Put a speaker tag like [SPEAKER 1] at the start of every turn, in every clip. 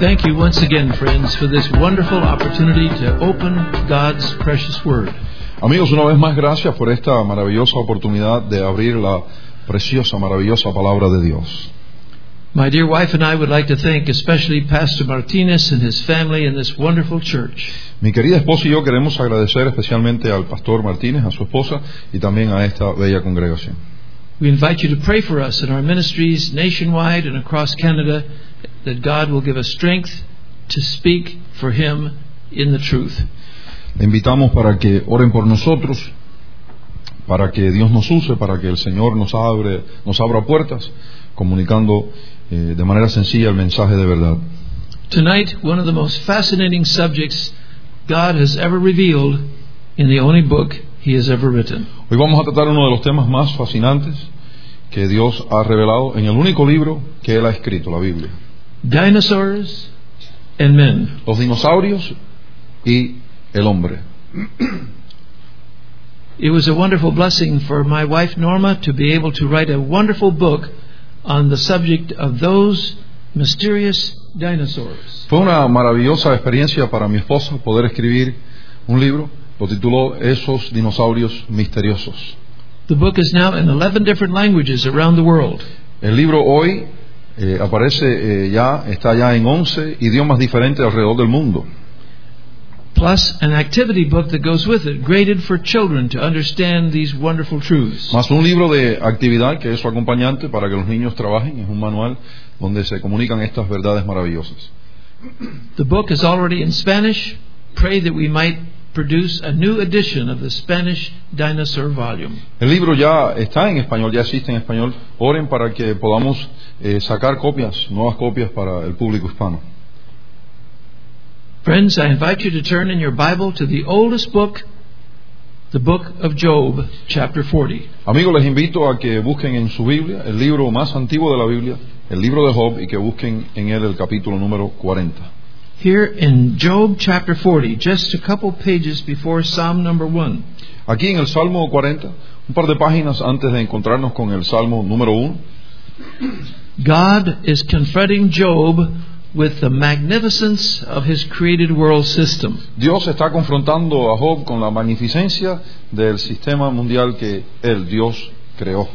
[SPEAKER 1] thank you once again, friends, for this wonderful opportunity to open God's precious Word.
[SPEAKER 2] Amigos, una vez más, gracias por esta maravillosa oportunidad de abrir la preciosa, maravillosa palabra de Dios.
[SPEAKER 1] My dear wife and I would like to thank especially Pastor Martinez and his family in this wonderful church.
[SPEAKER 2] Mi querida esposa y yo queremos agradecer especialmente al pastor Martínez, a su esposa y también a esta bella congregación.
[SPEAKER 1] We invite you to pray for us in our ministries nationwide and across Canada that God will give us strength to speak for Him in the truth.
[SPEAKER 2] Le invitamos para que oren por nosotros, para que Dios nos use, para que el Señor nos, abre, nos abra puertas, comunicando eh, de manera sencilla el mensaje de verdad.
[SPEAKER 1] Tonight, one of the most fascinating subjects God has ever revealed in the only book He has ever written.
[SPEAKER 2] Hoy vamos a tratar uno de los temas más fascinantes que Dios ha revelado en el único libro que Él ha escrito, la Biblia.
[SPEAKER 1] dinosaurs and men.
[SPEAKER 2] Los dinosaurios y el hombre.
[SPEAKER 1] It was a wonderful blessing for my wife Norma to be able to write a wonderful book on the subject of those mysterious dinosaurs.
[SPEAKER 2] Fue una maravillosa experiencia para mi esposa poder escribir un libro, lo tituló Esos dinosaurios misteriosos.
[SPEAKER 1] The book is now in 11 different languages around the world.
[SPEAKER 2] El libro hoy eh, aparece eh, ya, está ya en 11 idiomas diferentes alrededor del mundo.
[SPEAKER 1] Plus, an activity book that goes with it, graded for children to understand these wonderful truths.
[SPEAKER 2] Más un libro de actividad que es su acompañante para que los niños trabajen, es un manual donde se comunican estas verdades maravillosas.
[SPEAKER 1] The book is already in Spanish. Pray that we might produce a new edition of the Spanish dinosaur volume.
[SPEAKER 2] El libro ya está en español, ya existe en español. Oren para que podamos eh, sacar copias, nuevas copias para el público hispano.
[SPEAKER 1] Friends, I invite you to turn in your Bible to the oldest book, the book of Job, chapter 40.
[SPEAKER 2] Amigos, les invito a que busquen en su Biblia el libro más antiguo de la Biblia, el libro de Job, y que busquen en él el capítulo número 40.
[SPEAKER 1] Here in Job chapter 40, just a couple pages before Psalm number 1,
[SPEAKER 2] Aquí en el Salmo 40, un par de páginas antes de encontrarnos con el Salmo número 1,
[SPEAKER 1] God is confronting Job with the magnificence of his created world system.
[SPEAKER 2] Dios está confrontando a Job con la magnificencia del sistema mundial que él, Dios, creó.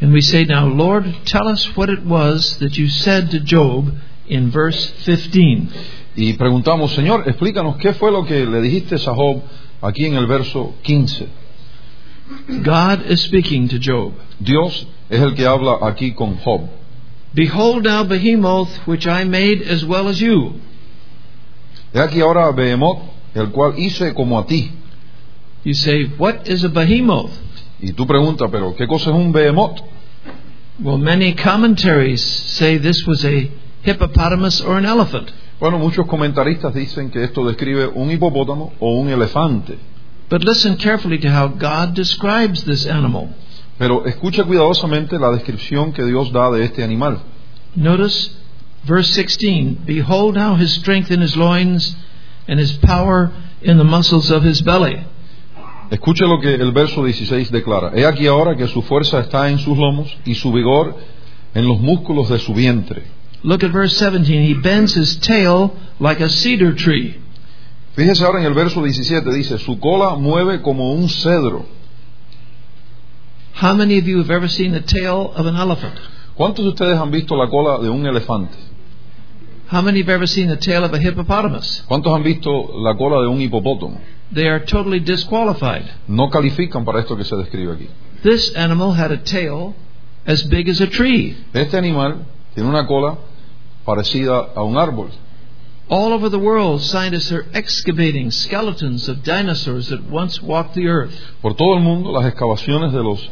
[SPEAKER 1] And we say, Now, Lord, tell us what it was that you said to Job in verse 15.
[SPEAKER 2] Y preguntamos, Señor, explícanos qué fue lo que le dijiste a Job aquí en el verso 15.
[SPEAKER 1] God is speaking to Job.
[SPEAKER 2] Dios es el que habla aquí con Job.
[SPEAKER 1] Behold now Behemoth, which I made as well as you.
[SPEAKER 2] He aquí ahora a Behemoth, el cual hice como a ti.
[SPEAKER 1] You say, What is a behemoth?
[SPEAKER 2] Y tú preguntas, pero ¿qué cosa es un Behemoth?
[SPEAKER 1] Well, many commentaries say this was a hippopotamus or an elephant.
[SPEAKER 2] Bueno, muchos comentaristas dicen que esto describe un hipopótamo o un elefante.
[SPEAKER 1] But listen carefully to how God describes this animal.
[SPEAKER 2] Pero escucha cuidadosamente la descripción que Dios da de este animal.
[SPEAKER 1] Notice verse 16 Behold now his strength in his loins, and his power in the muscles of his belly.
[SPEAKER 2] Escucha lo que el verso 16 declara. He aquí ahora que su fuerza está en sus lomos y su vigor en los músculos de su vientre.
[SPEAKER 1] Look at verse 17. He bends his tail like a cedar tree.
[SPEAKER 2] Fíjese ahora en el verso 17, dice, su cola mueve como un cedro.
[SPEAKER 1] How many of you have ever seen the tail of an elephant?
[SPEAKER 2] ¿Cuántos de ustedes han visto la cola de un elefante?
[SPEAKER 1] How many have ever seen the tail of a hippopotamus?
[SPEAKER 2] ¿Cuántos han visto la cola de un hipopótamo?
[SPEAKER 1] They are totally disqualified.
[SPEAKER 2] No califican para esto que se describe aquí.
[SPEAKER 1] This animal had a tail as big as a tree.
[SPEAKER 2] Este animal tiene una cola parecida a un árbol.
[SPEAKER 1] All over the world, scientists are excavating skeletons of dinosaurs that once walked the earth.
[SPEAKER 2] Por todo el mundo las excavaciones de los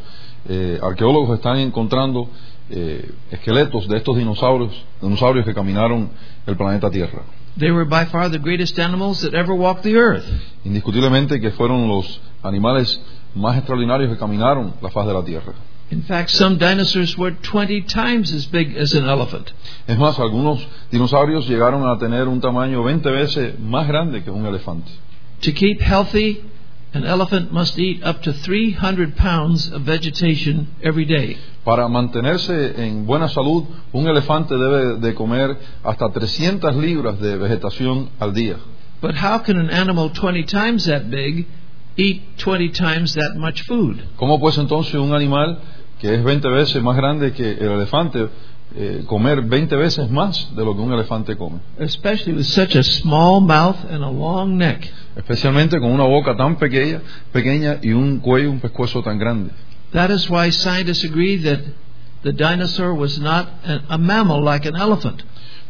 [SPEAKER 2] eh, arqueólogos están encontrando eh, esqueletos de estos dinosaurios, dinosaurios que caminaron el planeta Tierra.
[SPEAKER 1] They were by far the greatest animals that ever walked the earth.
[SPEAKER 2] Indiscutiblemente que fueron los animales más extraordinarios que caminaron la faz de la Tierra.
[SPEAKER 1] In fact, some dinosaurs were 20 times as big as an elephant.
[SPEAKER 2] Es más, algunos dinosaurios llegaron a tener un tamaño 20 veces más grande que un elefante.
[SPEAKER 1] To keep healthy An elephant must eat up to 300 pounds of vegetation every day.
[SPEAKER 2] Para mantenerse en buena salud, un elefante debe de comer hasta 300 libras de vegetación al día.
[SPEAKER 1] But how can an animal 20 times that big eat 20 times that much food?
[SPEAKER 2] ¿Cómo pues entonces un animal que es 20 veces más grande que el elefante eh, comer 20 veces más de lo que un elefante come?
[SPEAKER 1] Especially with such a small mouth and a long neck.
[SPEAKER 2] Especialmente con una boca tan pequeña, pequeña y un cuello, un pescuezo tan grande.
[SPEAKER 1] That is why scientists agree that the dinosaur was not an, a mammal like an elephant.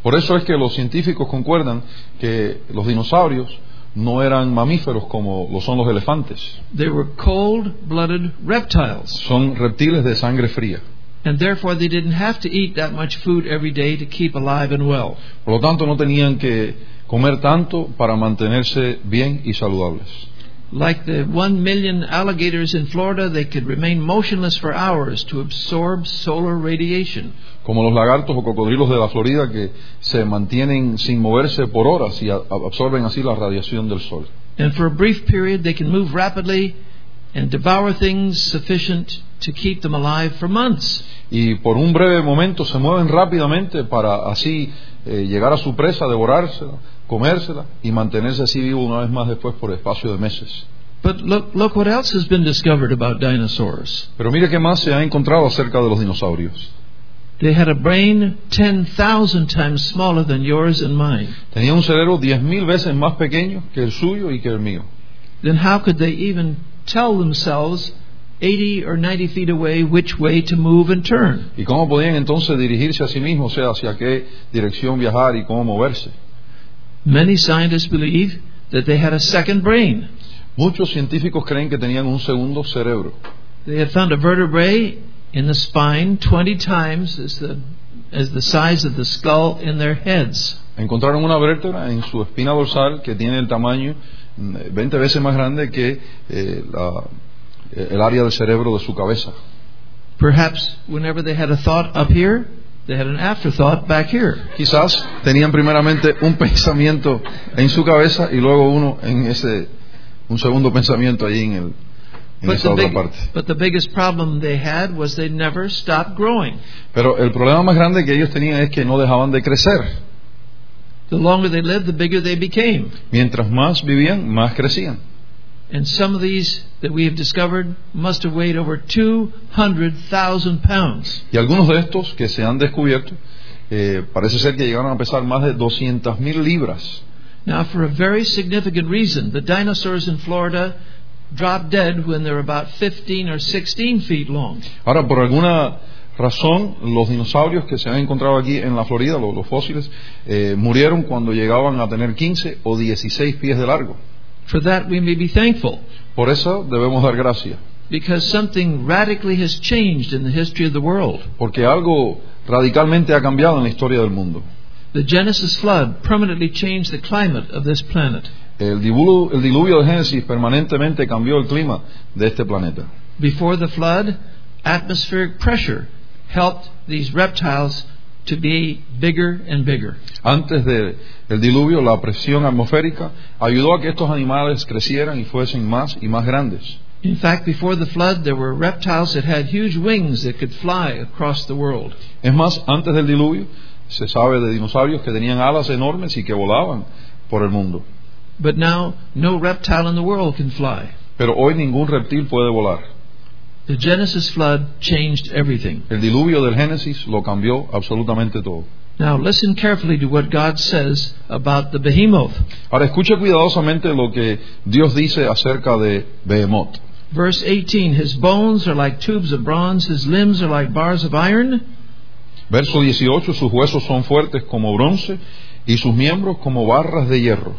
[SPEAKER 2] Por eso es que los científicos concuerdan que los dinosaurios no eran mamíferos como lo son los elefantes,
[SPEAKER 1] They were cold blooded reptiles,
[SPEAKER 2] son reptiles de sangre fría.
[SPEAKER 1] and therefore they didn't have to eat that much food every day to keep alive and well.
[SPEAKER 2] Por lo tanto, no tenían que comer tanto para mantenerse bien y saludables.
[SPEAKER 1] Like the one million alligators in Florida, they could remain motionless for hours to absorb solar radiation.
[SPEAKER 2] Como los lagartos o cocodrilos de la Florida que se mantienen sin moverse por horas y a- a- absorben así la radiación del sol.
[SPEAKER 1] And for a brief period, they can move rapidly and devour things sufficient to keep them alive for months.
[SPEAKER 2] Y por un breve momento se mueven rápidamente para así eh, llegar a su presa, devorársela, comérsela y mantenerse así vivo una vez más después por espacio de meses.
[SPEAKER 1] But look, look what else has been discovered about dinosaurs.
[SPEAKER 2] Pero mire qué más se ha encontrado acerca de los dinosaurios.
[SPEAKER 1] They had a brain 10,000 times smaller than yours and mine.
[SPEAKER 2] Tenía un cerebro 10.000 veces más pequeño que el suyo y que el mío.
[SPEAKER 1] Then how could they even tell themselves 80 or 90 feet away which way to move and turn?
[SPEAKER 2] ¿Y cómo podían entonces dirigirse a sí mismos, o sea, hacia qué dirección viajar y cómo moverse?
[SPEAKER 1] Many scientists believe that they had a second brain.
[SPEAKER 2] Muchos científicos creen que tenían un segundo cerebro.
[SPEAKER 1] They had found a vertebrae in the spine 20 times as the, as the size of the skull in their heads.
[SPEAKER 2] Encontraron una vértebra en su espina dorsal que tiene el tamaño mm, 20 veces más grande que eh, la- eh, el área del cerebro de su cabeza.
[SPEAKER 1] Perhaps whenever they had a thought up here, they had an afterthought back here.
[SPEAKER 2] Quizás tenían primeramente un pensamiento en su cabeza y luego uno en ese, un segundo pensamiento allí en, el, en
[SPEAKER 1] But
[SPEAKER 2] esa
[SPEAKER 1] the,
[SPEAKER 2] otra
[SPEAKER 1] big-
[SPEAKER 2] parte.
[SPEAKER 1] but the biggest problem they had was they never stopped growing.
[SPEAKER 2] Pero el problema más grande que ellos tenían es que no dejaban de crecer.
[SPEAKER 1] The longer they lived, the bigger they became.
[SPEAKER 2] Mientras más vivían, más crecían.
[SPEAKER 1] And some of these that we have discovered must have weighed over 200,000 pounds.
[SPEAKER 2] Y algunos de estos que se han descubierto, eh, parece ser que llegaron a pesar más de 200.000 libras.
[SPEAKER 1] Now, for a very significant reason, the dinosaurs in Florida drop dead when they're about 15 or 16 feet long.
[SPEAKER 2] Ahora, por alguna razón, los dinosaurios que se han encontrado aquí en la Florida, los, los fósiles, eh, murieron cuando llegaban a tener 15 o 16 pies de largo.
[SPEAKER 1] For that, we may be thankful,
[SPEAKER 2] Por eso debemos dar gracias,
[SPEAKER 1] because something radically has changed in the history of the world.
[SPEAKER 2] porque algo radicalmente ha cambiado en la historia del mundo.
[SPEAKER 1] The Genesis flood permanently changed the climate of this planet.
[SPEAKER 2] El diluvio, el diluvio de Génesis permanentemente cambió el clima de este planeta.
[SPEAKER 1] Before the flood, atmospheric pressure helped these reptiles to be bigger and bigger.
[SPEAKER 2] Antes de- del diluvio, la presión atmosférica ayudó a que estos animales crecieran y fuesen más y más grandes.
[SPEAKER 1] In fact, before the flood, there were reptiles that had huge wings that could fly across the world.
[SPEAKER 2] Es más, antes del diluvio, se sabe de dinosaurios que tenían alas enormes y que volaban por el mundo.
[SPEAKER 1] But now, no reptile in the world can fly.
[SPEAKER 2] Pero hoy ningún reptil puede volar.
[SPEAKER 1] The Genesis flood changed everything.
[SPEAKER 2] El diluvio del Génesis lo cambió absolutamente todo.
[SPEAKER 1] Now, listen carefully to what God says about the behemoth.
[SPEAKER 2] Ahora escuche cuidadosamente lo que Dios dice acerca de Behemoth.
[SPEAKER 1] Verse 18 His bones are like tubes of bronze, his limbs are like bars of iron.
[SPEAKER 2] Verso 18, sus huesos son fuertes como bronce y sus miembros como barras de hierro.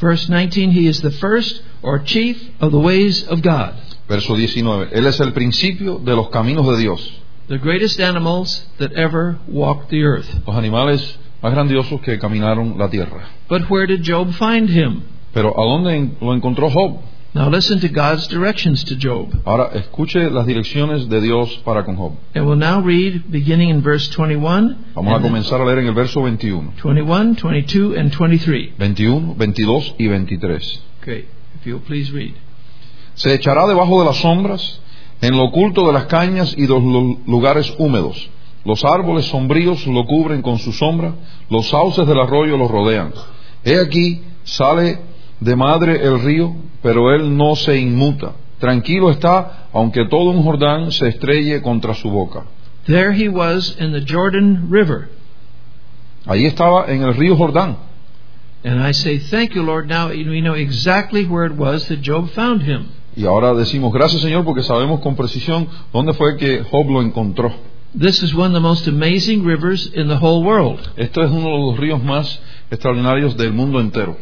[SPEAKER 1] Verse 19 He is the first or chief of the ways of God.
[SPEAKER 2] Verso 19. Él es el principio de los caminos de Dios.
[SPEAKER 1] The greatest animals that ever walked the earth.
[SPEAKER 2] Los animales más grandiosos que caminaron la tierra.
[SPEAKER 1] But where did Job find him?
[SPEAKER 2] Pero ¿a dónde en- lo encontró Job?
[SPEAKER 1] Now listen to God's directions to Job.
[SPEAKER 2] Ahora escuche las direcciones de Dios para con Job.
[SPEAKER 1] And we'll now read beginning in verse 21,
[SPEAKER 2] Vamos a
[SPEAKER 1] and then
[SPEAKER 2] comenzar a leer en el verso 21.
[SPEAKER 1] 21, 22, and 23.
[SPEAKER 2] 21, 22 y 23.
[SPEAKER 1] Great. If you'll please read.
[SPEAKER 2] Se echará debajo de las sombras, en lo oculto de las cañas y de los lu- lugares húmedos. Los árboles sombríos lo cubren con su sombra, los sauces del arroyo lo rodean. He aquí, sale de madre el río, pero él no se inmuta. Tranquilo está, aunque todo un Jordán se estrelle contra su boca.
[SPEAKER 1] There he was in the Jordan River.
[SPEAKER 2] Ahí estaba en el río Jordán.
[SPEAKER 1] And I say, Thank you, Lord. Now we know exactly where it was that Job found him.
[SPEAKER 2] Y ahora decimos, gracias Señor, porque sabemos con precisión dónde fue que Job lo encontró.
[SPEAKER 1] This is one of the most amazing rivers in the whole world.
[SPEAKER 2] Este es uno de los ríos más extraordinarios del mundo entero.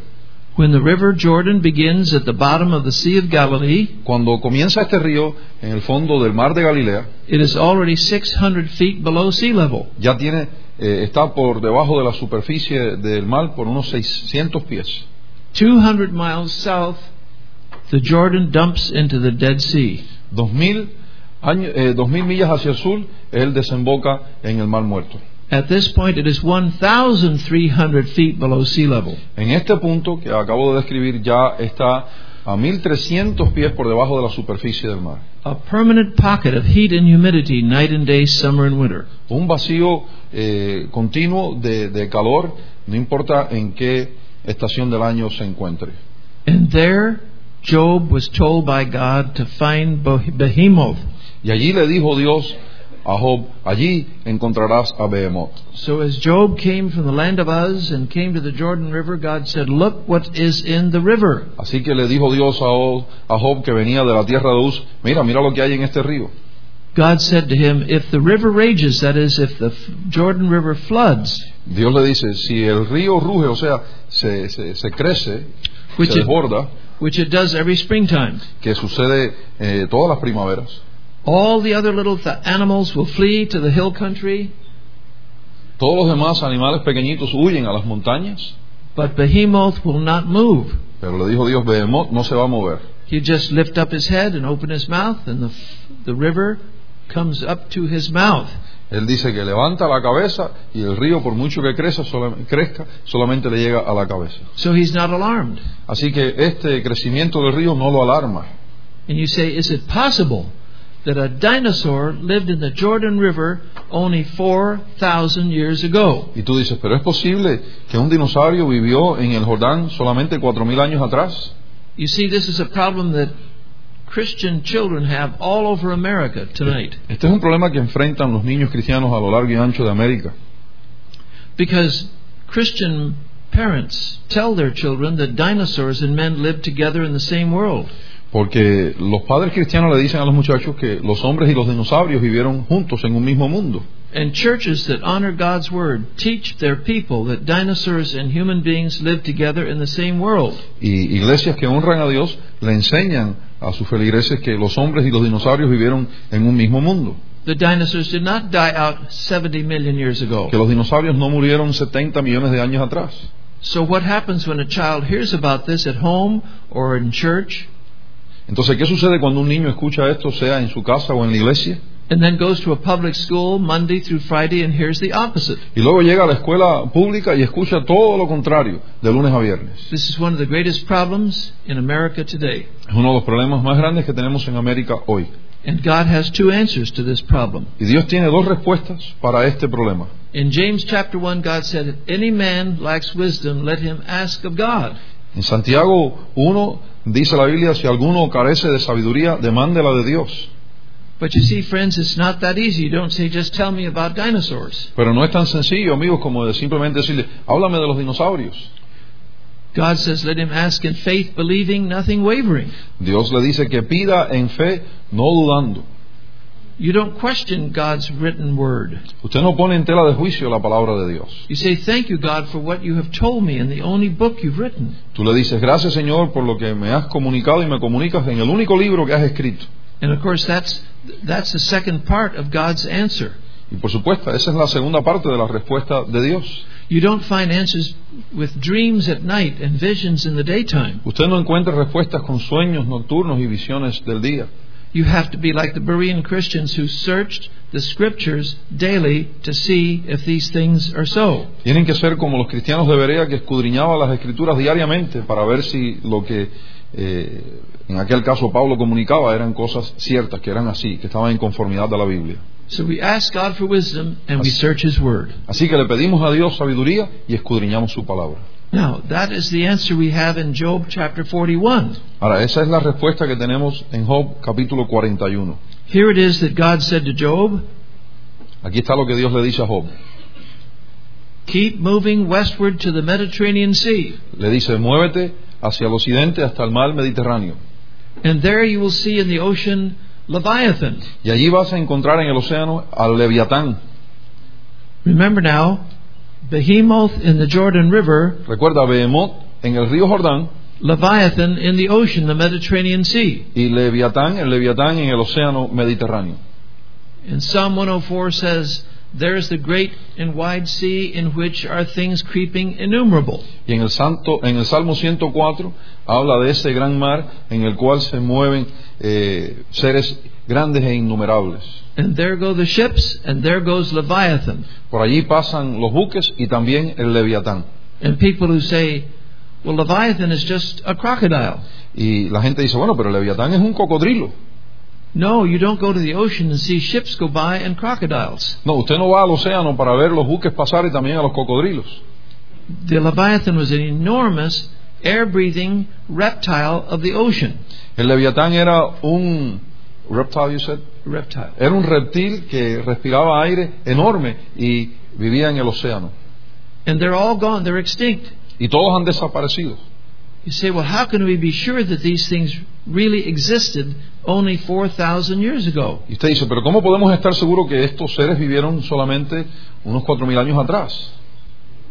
[SPEAKER 1] When the river Jordan begins at the bottom of the Sea of Galilee,
[SPEAKER 2] Cuando comienza este río en el fondo del mar de Galilea,
[SPEAKER 1] it is already 600 feet below sea level.
[SPEAKER 2] ya tiene, eh, está por debajo de la superficie del mar por unos 600 pies.
[SPEAKER 1] 200 miles south, the Jordan dumps into the Dead Sea.
[SPEAKER 2] 2000, año- eh, 2000 millas hacia el sur, él desemboca en el mar muerto.
[SPEAKER 1] At this point, it is 1,300 feet below sea level.
[SPEAKER 2] En este punto que acabo de describir ya está a 1300 pies por debajo de la superficie del mar.
[SPEAKER 1] A permanent pocket of heat and humidity, night and day, summer and winter.
[SPEAKER 2] un vacío eh, continuo de, de calor, no importa en qué estación del año se encuentre.
[SPEAKER 1] And there, Job was told by God to find Bo- Behemoth.
[SPEAKER 2] Y allí le dijo Dios a Job, allí encontrarás a Behemoth.
[SPEAKER 1] So as Job came from the land of Uz and came to the Jordan River, God said, Look what is in the river.
[SPEAKER 2] Así que le dijo Dios a Job, a Job que venía de la tierra de Uz, mira, mira lo que hay en este río.
[SPEAKER 1] God said to him, If the river rages, that is, if the F- Jordan River floods,
[SPEAKER 2] Dios le dice, si el río ruge, o sea, se, se- se crece,
[SPEAKER 1] which
[SPEAKER 2] se
[SPEAKER 1] it,
[SPEAKER 2] desborda,
[SPEAKER 1] which it does every springtime,
[SPEAKER 2] que sucede eh, todas las primaveras,
[SPEAKER 1] all the other little th- animals will flee to the hill country,
[SPEAKER 2] todos los demás animales pequeñitos huyen a las montañas,
[SPEAKER 1] but Behemoth will not move.
[SPEAKER 2] pero le dijo Dios, Behemoth no se va a mover.
[SPEAKER 1] He just lift up his head and open his mouth, and the, f- the river comes up to his mouth.
[SPEAKER 2] Él dice que levanta la cabeza y el río, por mucho que crezca, sola- crezca, solamente le llega a la cabeza.
[SPEAKER 1] So he's not alarmed.
[SPEAKER 2] Así que este crecimiento del río no lo alarma.
[SPEAKER 1] And you say, is it possible that a dinosaur lived in the Jordan River only 4,000 years ago?
[SPEAKER 2] Y tú dices, pero es posible que un dinosaurio vivió en el Jordán solamente 4.000 años atrás.
[SPEAKER 1] You see, this is a problem that Christian children have all over America tonight
[SPEAKER 2] Este es un problema que enfrentan los niños cristianos a lo largo y ancho de América.
[SPEAKER 1] because Christian parents tell their children that dinosaurs and men lived together in the same world.
[SPEAKER 2] Porque los padres cristianos le dicen a los muchachos que los hombres y los dinosaurios vivieron juntos en un mismo mundo.
[SPEAKER 1] And churches that honor God's word teach their people that dinosaurs and human beings live together in the same world.
[SPEAKER 2] Y iglesias que honran a Dios le enseñan a sus feligreses que los hombres y los dinosaurios vivieron en un mismo mundo.
[SPEAKER 1] The dinosaurs did not die out 70 million years ago.
[SPEAKER 2] que los dinosaurios no murieron 70 millones de años atrás.
[SPEAKER 1] So, what happens when a child hears about this at home or in church
[SPEAKER 2] Entonces, ¿qué sucede cuando un niño escucha esto, sea en su casa o en la iglesia?
[SPEAKER 1] and then goes to a public school Monday through Friday and hears the opposite?
[SPEAKER 2] Y luego llega a la escuela pública y escucha todo lo contrario, de lunes a viernes.
[SPEAKER 1] This is one of the greatest problems in America today.
[SPEAKER 2] Es uno de los problemas más grandes que tenemos en América hoy.
[SPEAKER 1] And God has two answers to this problem.
[SPEAKER 2] Y Dios tiene dos respuestas para este problema.
[SPEAKER 1] In James chapter 1, God said, If any man lacks wisdom, let him ask of God,
[SPEAKER 2] En Santiago 1 dice la Biblia, si alguno carece de sabiduría, demándela de Dios.
[SPEAKER 1] But you see, friends, it's not that easy. You don't say, just tell me about dinosaurs.
[SPEAKER 2] Pero no es tan sencillo, amigos, como de simplemente decirle, háblame de los dinosaurios.
[SPEAKER 1] God says, let him ask in faith, believing, nothing wavering.
[SPEAKER 2] Dios le dice que pida en fe, no dudando.
[SPEAKER 1] You don't question God's written word.
[SPEAKER 2] Usted no pone en tela de juicio la palabra de Dios.
[SPEAKER 1] You say, Thank you, God, for what you have told me in the only book you've written.
[SPEAKER 2] Tú le dices, gracias Señor por lo que me has comunicado y me comunicas en el único libro que has escrito.
[SPEAKER 1] And of course, that's, that's the second part of God's answer.
[SPEAKER 2] Y por supuesto, esa es la segunda parte de la respuesta de Dios.
[SPEAKER 1] You don't find answers with dreams at night and visions in the daytime.
[SPEAKER 2] Usted no encuentra respuestas con sueños nocturnos y visiones del día.
[SPEAKER 1] You have to be like the Berean Christians who searched the scriptures daily to see if these things are so.
[SPEAKER 2] Tienen que ser como los cristianos de Berea que escudriñaban las escrituras diariamente para ver si lo que eh, en aquel caso Pablo comunicaba eran cosas ciertas, que eran así, que estaban en conformidad a la Biblia.
[SPEAKER 1] So we ask God for wisdom and we search His Word.
[SPEAKER 2] Así que le pedimos a Dios sabiduría y escudriñamos su palabra.
[SPEAKER 1] Now, that is the answer we have in Job chapter 41.
[SPEAKER 2] Ahora, esa es la respuesta que tenemos en Job capítulo 41.
[SPEAKER 1] Here it is that God said to Job,
[SPEAKER 2] Aquí está lo que Dios le dice a Job.
[SPEAKER 1] Keep moving westward to the Mediterranean Sea,
[SPEAKER 2] Le dice, muévete hacia el occidente hasta el mar Mediterráneo.
[SPEAKER 1] and there you will see in the ocean Leviathan.
[SPEAKER 2] Y allí vas a encontrar en el océano al Leviatán.
[SPEAKER 1] Remember now, Behemoth in the Jordan River,
[SPEAKER 2] Recuerda a Behemoth en el río Jordán
[SPEAKER 1] Leviathan in the ocean, the Mediterranean Sea.
[SPEAKER 2] y Leviatán, el Leviatán en el océano Mediterráneo.
[SPEAKER 1] And Psalm 104 says, There is the great and wide sea in which are things creeping innumerable.
[SPEAKER 2] Y en el, santo, en el Salmo 104 habla de ese gran mar en el cual se mueven eh, seres grandes e innumerables.
[SPEAKER 1] And there go the ships, and there goes Leviathan.
[SPEAKER 2] Por allí pasan los buques y también el Leviatán.
[SPEAKER 1] And people who say, Well, Leviathan is just a crocodile.
[SPEAKER 2] Y la gente dice, bueno, pero el Leviatán es un cocodrilo.
[SPEAKER 1] No, you don't go to the ocean and see ships go by and crocodiles.
[SPEAKER 2] No, usted no va al océano para ver los buques pasar y también a los cocodrilos.
[SPEAKER 1] The Leviathan was an enormous, air breathing reptile of the ocean.
[SPEAKER 2] El Leviatán era un reptile, you said?
[SPEAKER 1] Reptile.
[SPEAKER 2] Era un reptil que respiraba aire enorme y vivía en el océano.
[SPEAKER 1] And they're all gone, they're extinct.
[SPEAKER 2] Y todos han desaparecido.
[SPEAKER 1] You say, Well, how can we be sure that these things really existed only 4,000 years ago?
[SPEAKER 2] Y usted dice, pero ¿cómo podemos estar seguros que estos seres vivieron solamente unos 4.000 años atrás?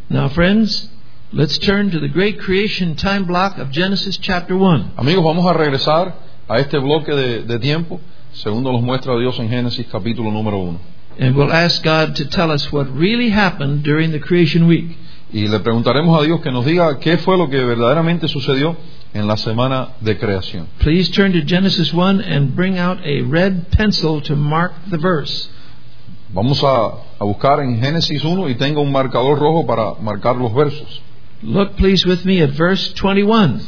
[SPEAKER 1] Now, friends, let's turn to the great creation time block of Genesis chapter 1.
[SPEAKER 2] Amigos, vamos a regresar a este bloque de, de tiempo, según nos muestra Dios en Génesis capítulo número 1.
[SPEAKER 1] And we'll ask God to tell us what really happened during the creation week.
[SPEAKER 2] Y le preguntaremos a Dios que nos diga qué fue lo que verdaderamente sucedió en la semana de creación.
[SPEAKER 1] Please turn to Genesis 1 and bring out a red pencil to mark the verse.
[SPEAKER 2] Vamos a, a buscar en Génesis 1 y tengo un marcador rojo para marcar los versos.
[SPEAKER 1] Look, please, with me at verse 21.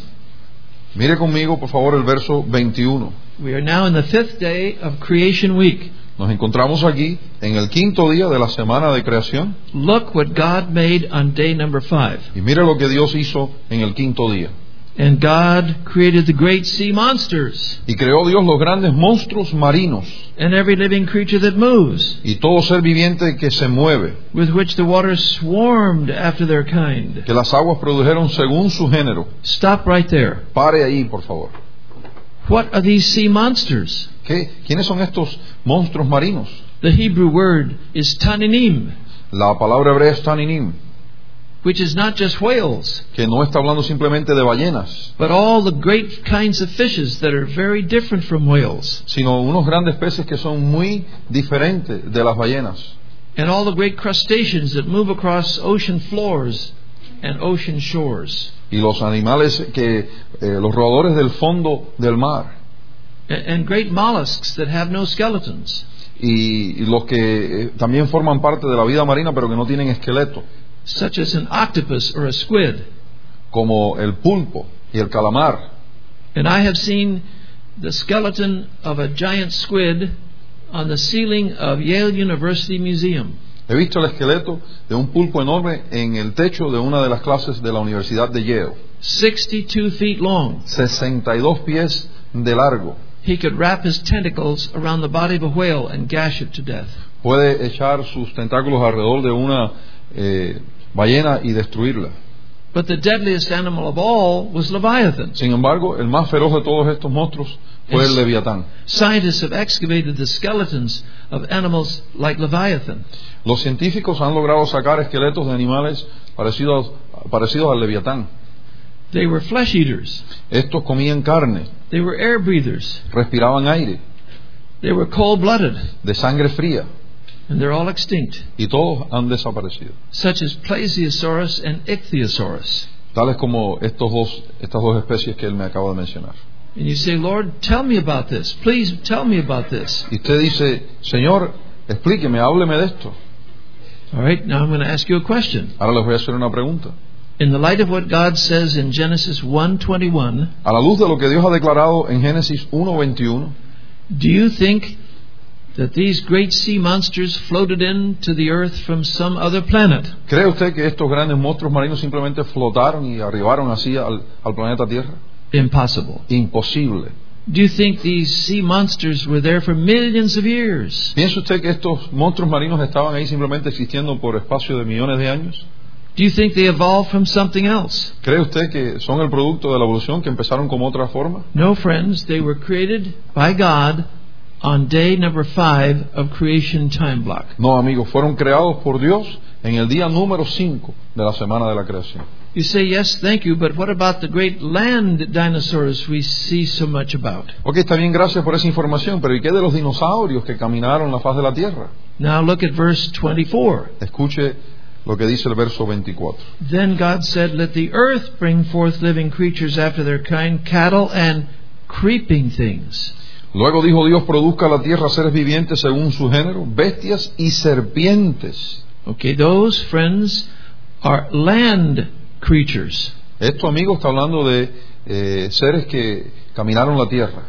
[SPEAKER 2] Mire conmigo, por favor, el verso 21.
[SPEAKER 1] We are now in the fifth day of creation week.
[SPEAKER 2] Nos encontramos aquí en el quinto día de la semana de creación
[SPEAKER 1] Look what God made on day number five.
[SPEAKER 2] y mire lo que Dios hizo en el quinto día.
[SPEAKER 1] And God created the great sea monsters
[SPEAKER 2] Y creó Dios los grandes monstruos marinos
[SPEAKER 1] and every living creature that moves,
[SPEAKER 2] y todo ser viviente que se mueve,
[SPEAKER 1] with which the waters swarmed after their kind.
[SPEAKER 2] que las aguas produjeron según su género.
[SPEAKER 1] Stop right there.
[SPEAKER 2] Pare ahí, por favor.
[SPEAKER 1] What are these sea monsters?
[SPEAKER 2] ¿Qué? ¿Quiénes son estos monstruos marinos?
[SPEAKER 1] The Hebrew word is taninim,
[SPEAKER 2] La palabra hebrea es taninim,
[SPEAKER 1] which is not just whales,
[SPEAKER 2] que no está hablando simplemente de ballenas,
[SPEAKER 1] but all the great kinds of fishes that are very different from whales,
[SPEAKER 2] sino unos grandes peces que son muy diferentes de las ballenas
[SPEAKER 1] and all the great crustaceans that move across ocean floors and ocean shores.
[SPEAKER 2] y los animales que eh, los rodadores del fondo del mar
[SPEAKER 1] A- and great mollusks that have no skeletons.
[SPEAKER 2] y, y los que eh, también forman parte de la vida marina pero que no tienen esqueleto
[SPEAKER 1] such as an octopus or a squid.
[SPEAKER 2] como el pulpo y el calamar
[SPEAKER 1] And I have seen the skeleton of a giant squid on the ceiling of Yale University Museum.
[SPEAKER 2] he visto el esqueleto de un pulpo enorme en el techo de una de las clases de la universidad de Yale
[SPEAKER 1] 62 feet long.
[SPEAKER 2] 62 pies de largo
[SPEAKER 1] He could wrap his tentacles around the body of a whale and gash it to death.
[SPEAKER 2] puede echar sus tentáculos alrededor de una eh, ballena y destruirla
[SPEAKER 1] But the deadliest animal of all was Leviathan.
[SPEAKER 2] Sin embargo, el más feroz de todos estos monstruos fue
[SPEAKER 1] Es-
[SPEAKER 2] el leviatán.
[SPEAKER 1] Scientists have excavated the skeletons of animals like Leviathan.
[SPEAKER 2] Los científicos han logrado sacar esqueletos de animales parecidos, parecidos al leviatán.
[SPEAKER 1] They were flesh eaters,
[SPEAKER 2] Estos comían carne,
[SPEAKER 1] they were air breathers,
[SPEAKER 2] respiraban aire,
[SPEAKER 1] they were cold blooded,
[SPEAKER 2] de sangre fría,
[SPEAKER 1] and they're all extinct.
[SPEAKER 2] y todos han desaparecido.
[SPEAKER 1] such as Plesiosaurus and Ichthyosaurus.
[SPEAKER 2] Tales como estos dos, estas dos especies que él me acaba de mencionar.
[SPEAKER 1] And you say, Lord, tell me about this. Please tell me about this.
[SPEAKER 2] Y usted dice, Señor, explíqueme, hábleme de esto.
[SPEAKER 1] All right, now I'm going to ask you a question.
[SPEAKER 2] Ahora les voy a hacer una pregunta.
[SPEAKER 1] in the light of what God says in Genesis 1:21,
[SPEAKER 2] A la luz de lo que Dios ha declarado en Génesis 1.21,
[SPEAKER 1] do you think that these great sea monsters floated in to the earth from some other planet?
[SPEAKER 2] ¿cree usted que estos grandes monstruos marinos simplemente flotaron y arribaron así al, al planeta Tierra?
[SPEAKER 1] Impossible.
[SPEAKER 2] Imposible.
[SPEAKER 1] Do you think these sea monsters were there for millions of years?
[SPEAKER 2] ¿Piensa usted que estos monstruos marinos estaban ahí simplemente existiendo por espacio de millones de años?
[SPEAKER 1] Do you think they evolved from something else?
[SPEAKER 2] ¿Cree usted que son el producto de la evolución, que empezaron como otra forma?
[SPEAKER 1] No, friends, they were created by God on day number five of creation time block.
[SPEAKER 2] No, amigos, fueron creados por Dios en el día número 5 de la semana de la creación.
[SPEAKER 1] You say, yes, thank you, but what about the great land dinosaurs we see so much about?
[SPEAKER 2] Ok, está bien, gracias por esa información, pero ¿y qué de los dinosaurios que caminaron la faz de la Tierra?
[SPEAKER 1] Now look at verse 24.
[SPEAKER 2] Escuche lo que dice el verso 24.
[SPEAKER 1] Then God said, Let the earth bring forth living creatures after their kind, cattle and creeping things.
[SPEAKER 2] Luego dijo Dios, produzca la tierra seres vivientes según su género, bestias y serpientes.
[SPEAKER 1] Okay, those, friends, are land creatures
[SPEAKER 2] Esto, amigos, está hablando de eh, seres que caminaron la tierra,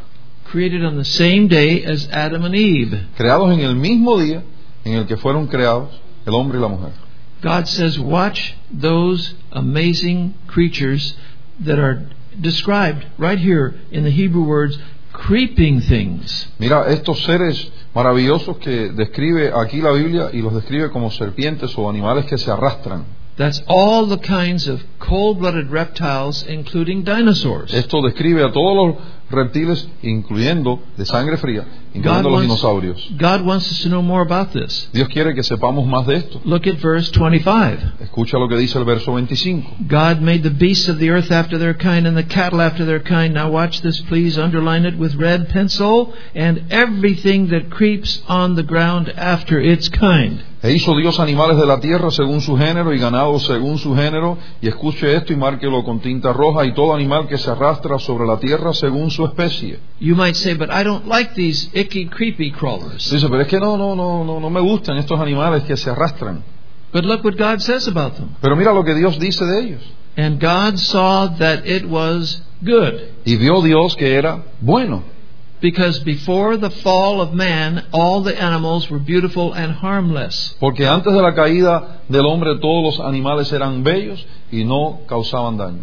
[SPEAKER 1] created on the same day as Adam and Eve.
[SPEAKER 2] creados en el mismo día en el que fueron creados el hombre y la mujer.
[SPEAKER 1] God says, Watch those amazing creatures that are described right here in the Hebrew words creeping things.
[SPEAKER 2] Mira, estos seres maravillosos que describe aquí la Biblia y los describe como serpientes o animales que se arrastran.
[SPEAKER 1] That's all the kinds of cold blooded reptiles, including dinosaurs.
[SPEAKER 2] Esto describe a todos los reptiles, incluyendo de sangre fría, incluyendo los dinosaurios.
[SPEAKER 1] God wants us to know more about this.
[SPEAKER 2] Dios quiere que sepamos más de esto.
[SPEAKER 1] Look at verse 25.
[SPEAKER 2] Escucha lo que dice el verso 25.
[SPEAKER 1] God made the beasts of the earth after their kind and the cattle after their kind. Now watch this, please. Underline it with red pencil. And everything that creeps on the ground after its kind.
[SPEAKER 2] E hizo Dios animales de la tierra según su género y ganado según su género. Y escuche esto y márquelo con tinta roja y todo animal que se arrastra sobre la tierra según su especie.
[SPEAKER 1] You might say, but I don't like these icky, creepy crawlers.
[SPEAKER 2] Dice, pero es que no, no, no, no, no me gustan estos animales que se arrastran.
[SPEAKER 1] But look what God says about them.
[SPEAKER 2] Pero mira lo que Dios dice de ellos.
[SPEAKER 1] And God saw that it was good.
[SPEAKER 2] Y vio Dios que era bueno,
[SPEAKER 1] Because before the fall of man, all the animals were beautiful and harmless.
[SPEAKER 2] porque antes de la caída del hombre todos los animales eran bellos y no causaban daño.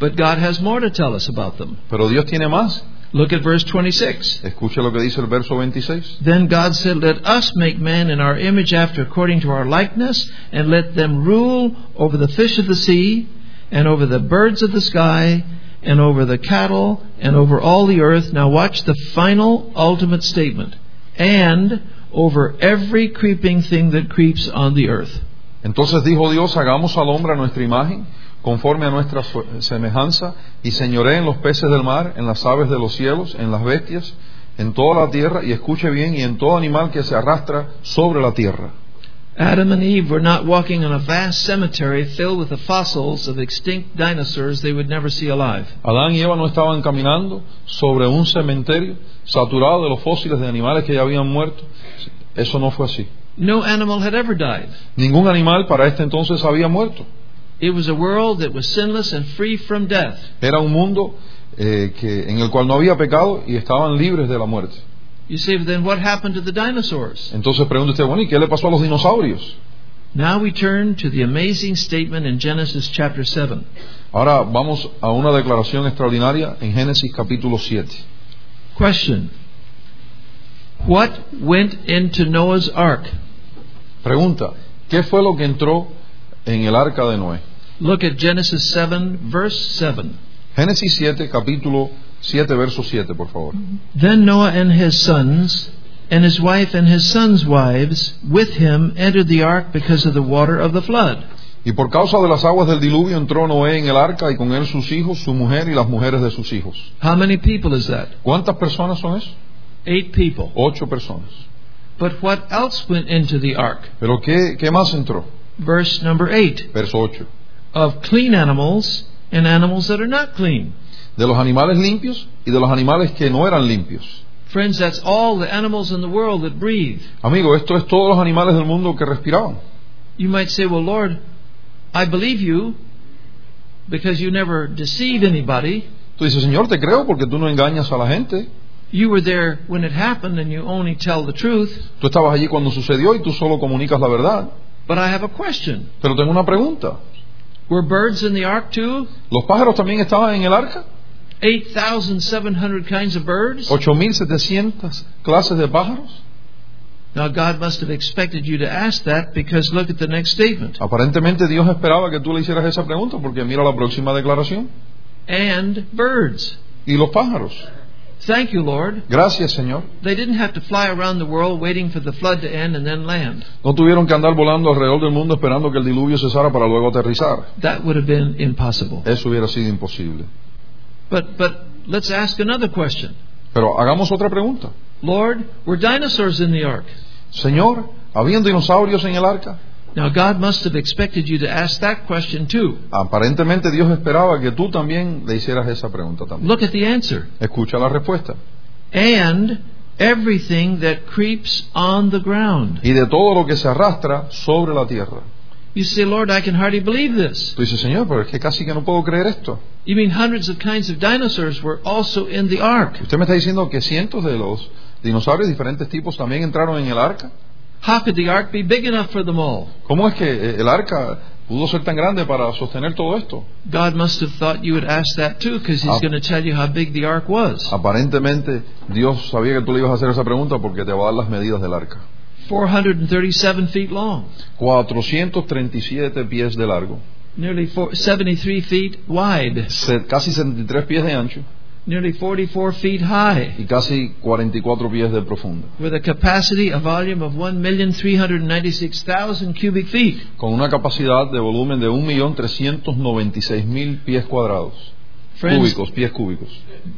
[SPEAKER 1] But God has more to tell us about them.
[SPEAKER 2] Pero Dios tiene más.
[SPEAKER 1] Look at verse 26.
[SPEAKER 2] Escuche lo que dice el verso 26.
[SPEAKER 1] Then God said, Let us make man in our image after according to our likeness, and let them rule over the fish of the sea, and over the birds of the sky, and over the cattle, and over all the earth. Now watch the final ultimate statement. And over every creeping thing that creeps on the earth.
[SPEAKER 2] Entonces dijo Dios, hagamos al hombre a nuestra imagen, conforme a nuestra su- semejanza, y señoré en los peces del mar, en las aves de los cielos, en las bestias, en toda la tierra, y escuche bien, y en todo animal que se arrastra sobre la tierra.
[SPEAKER 1] Adam and Eve were not walking on a vast cemetery filled with the fossils of extinct dinosaurs they would never see alive.
[SPEAKER 2] Adán y Eva no estaban caminando sobre un cementerio saturado de los fósiles de animales que ya habían muerto. Eso no fue así.
[SPEAKER 1] No animal had ever died.
[SPEAKER 2] Ningún animal para este entonces había muerto.
[SPEAKER 1] It was a world that was sinless and free from death.
[SPEAKER 2] Era un mundo eh, que, en el cual no había pecado y estaban libres de la muerte.
[SPEAKER 1] You say, "But then what happened to the dinosaurs?
[SPEAKER 2] Entonces pregunta usted, bueno, ¿y qué le pasó a los dinosaurios?
[SPEAKER 1] Now we turn to the amazing statement in Genesis chapter 7.
[SPEAKER 2] Ahora vamos a una declaración extraordinaria en Génesis capítulo 7.
[SPEAKER 1] Question What went into Noah's ark?
[SPEAKER 2] Pregunta, ¿qué fue lo que entró en el arca de Noé?
[SPEAKER 1] Look at Genesis 7, verse 7.
[SPEAKER 2] Génesis 7, capítulo 7, verso 7, por favor.
[SPEAKER 1] Then Noah and his sons, and his wife and his sons' wives with him entered the ark because of the water of the flood.
[SPEAKER 2] Y por causa de las aguas del diluvio entró Noé en el arca y con él sus hijos, su mujer y las mujeres de sus hijos.
[SPEAKER 1] How many people is that?
[SPEAKER 2] ¿Cuántas personas son eso?
[SPEAKER 1] Eight people.
[SPEAKER 2] Ocho personas.
[SPEAKER 1] But what else went into the ark?
[SPEAKER 2] ¿Pero qué, qué más entró?
[SPEAKER 1] Verse number 8
[SPEAKER 2] Verso 8.
[SPEAKER 1] of clean animals and animals that are not clean.
[SPEAKER 2] De los animales limpios y de los animales que no eran limpios.
[SPEAKER 1] Friends, that's all the animals in the world that breathe.
[SPEAKER 2] Amigo, esto es todos los animales del mundo que respiraban.
[SPEAKER 1] You might say, Well, Lord, I believe you, because you never deceive anybody.
[SPEAKER 2] Tú dices, Señor, te creo porque tú no engañas a la gente.
[SPEAKER 1] You were there when it happened and you only tell the truth.
[SPEAKER 2] Tú estabas allí cuando sucedió y tú solo comunicas la verdad.
[SPEAKER 1] But I have a question.
[SPEAKER 2] Pero tengo una pregunta.
[SPEAKER 1] Were birds in the ark too?
[SPEAKER 2] ¿Los pájaros también estaban en el arca?
[SPEAKER 1] 8,700 kinds of birds?
[SPEAKER 2] Oh. 8.700 clases de pájaros.
[SPEAKER 1] Now, God must have expected you to ask that because look at the next statement.
[SPEAKER 2] Aparentemente Dios esperaba que tú le hicieras esa pregunta porque mira la próxima declaración.
[SPEAKER 1] And birds.
[SPEAKER 2] ¿Y los pájaros?
[SPEAKER 1] Thank you, Lord.
[SPEAKER 2] Gracias, Señor.
[SPEAKER 1] They didn't have to fly around the world waiting for the flood to end and then land.
[SPEAKER 2] No tuvieron que andar volando alrededor del mundo esperando que el diluvio cesara para luego aterrizar.
[SPEAKER 1] That would have been impossible.
[SPEAKER 2] Eso hubiera sido imposible.
[SPEAKER 1] But, but let's ask another question.
[SPEAKER 2] Pero hagamos otra pregunta.
[SPEAKER 1] Lord, were dinosaurs in the ark?
[SPEAKER 2] Señor, ¿habían dinosaurios en el arca?
[SPEAKER 1] Now, God must have expected you to ask that question too.
[SPEAKER 2] Aparentemente Dios esperaba que tú también le hicieras esa pregunta también.
[SPEAKER 1] Look at the answer.
[SPEAKER 2] Escucha la respuesta.
[SPEAKER 1] And everything that creeps on the ground.
[SPEAKER 2] Y de todo lo que se arrastra sobre la tierra.
[SPEAKER 1] You say, Lord, I can hardly believe this.
[SPEAKER 2] Tú dices, Señor, pero es que casi que no puedo creer esto.
[SPEAKER 1] You mean hundreds of kinds of dinosaurs were also in the ark?
[SPEAKER 2] Usted me está diciendo que cientos de los dinosaurios de diferentes tipos también entraron en el arca.
[SPEAKER 1] How could the ark be big enough for them all?
[SPEAKER 2] ¿Cómo es que eh, el arca pudo ser tan grande para sostener todo esto?
[SPEAKER 1] God must have thought you would ask that too because He's
[SPEAKER 2] Ah.
[SPEAKER 1] going to tell you how big the ark was.
[SPEAKER 2] Aparentemente Dios sabía que tú le ibas a hacer esa pregunta porque te va a dar las medidas del arca.
[SPEAKER 1] 437 feet long,
[SPEAKER 2] 437 pies de largo,
[SPEAKER 1] nearly four, 73 feet wide,
[SPEAKER 2] se- casi 73 pies de ancho
[SPEAKER 1] nearly 44 feet high.
[SPEAKER 2] y casi 44 pies de profundo,
[SPEAKER 1] with a capacity, a volume of 1,396,000 cubic feet.
[SPEAKER 2] con una capacidad de volumen de 1.396.000 pies cuadrados,
[SPEAKER 1] Friends,
[SPEAKER 2] cúbicos, pies cúbicos.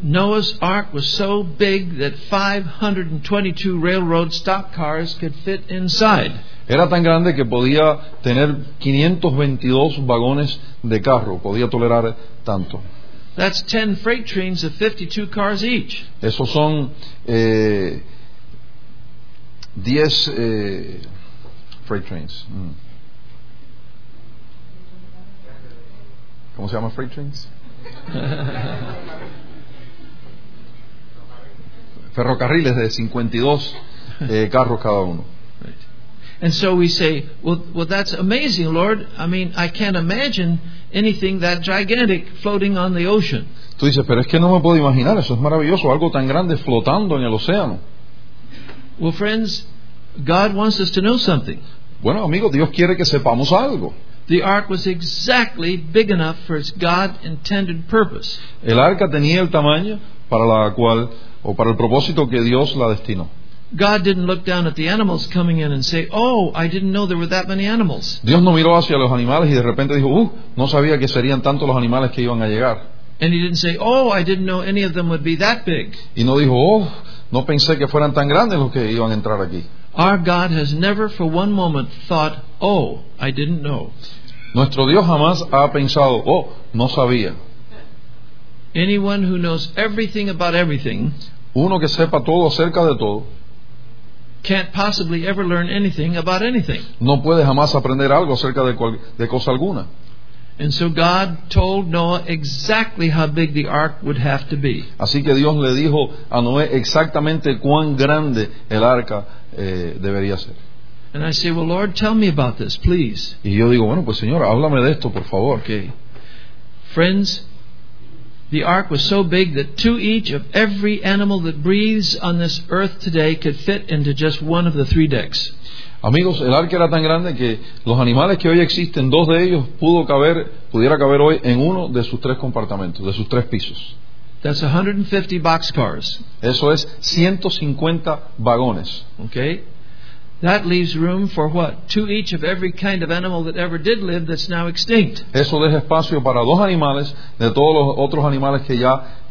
[SPEAKER 1] Noah's ark was so big that 522 railroad stock cars could fit inside.
[SPEAKER 2] Era tan grande que podía tener 522 vagones de carro, podía tolerar tanto.
[SPEAKER 1] That's 10 freight trains of 52 cars each.
[SPEAKER 2] Esos son eh, 10 eh, freight trains. Mm. ¿Cómo se llaman freight trains? Ferrocarriles de 52 eh, carros cada uno.
[SPEAKER 1] And so we say, well, well, that's amazing, Lord. I mean, I can't imagine anything that gigantic floating on the ocean.
[SPEAKER 2] Tú dices, pero es que no me puedo imaginar, eso es maravilloso, algo tan grande flotando en el océano.
[SPEAKER 1] Well, friends, God wants us to know something.
[SPEAKER 2] Bueno, amigos, Dios quiere que sepamos algo.
[SPEAKER 1] The ark was exactly big enough for its God intended purpose.
[SPEAKER 2] El arca tenía el tamaño para la cual o para el propósito que Dios la destinó.
[SPEAKER 1] God didn't look down at the animals coming in and say, Oh, I didn't know there were that many animals.
[SPEAKER 2] Dios no miró hacia los animales y de repente dijo, "Uh, no sabía que serían tantos los animales que iban a llegar."
[SPEAKER 1] And He didn't say, Oh, I didn't know any of them would be that big.
[SPEAKER 2] Y no dijo, "Oh, no pensé que fueran tan grandes los que iban a entrar aquí."
[SPEAKER 1] Our God has never for one moment thought, Oh, I didn't know.
[SPEAKER 2] Nuestro Dios jamás ha pensado, "Oh, no sabía."
[SPEAKER 1] Anyone who knows everything about everything
[SPEAKER 2] Uno que sepa todo acerca de todo
[SPEAKER 1] can't possibly ever learn anything about anything.
[SPEAKER 2] no puede jamás aprender algo acerca de, cual- de cosa alguna.
[SPEAKER 1] And so God told Noah exactly how big the ark would have to be.
[SPEAKER 2] Así que Dios le dijo a Noé exactamente cuán grande el arca eh, debería ser.
[SPEAKER 1] And I say, Well, Lord, tell me about this, please.
[SPEAKER 2] Y yo digo, bueno, pues Señor, háblame de esto, por favor.
[SPEAKER 1] Okay. Friends, the ark was so big that two each of every animal that breathes on this earth today could fit into just one of the three decks.
[SPEAKER 2] Amigos, el arca era tan grande que los animales que hoy existen, dos de ellos pudo caber, pudiera caber hoy en uno de sus tres compartimentos, de sus tres pisos.
[SPEAKER 1] That's 150 boxcars.
[SPEAKER 2] Eso es 150 vagones.
[SPEAKER 1] Okay? That leaves room for what? Two each of every kind of animal that ever did live that's now extinct.
[SPEAKER 2] Eso deja espacio para dos animales de todos los otros animales que ya eh,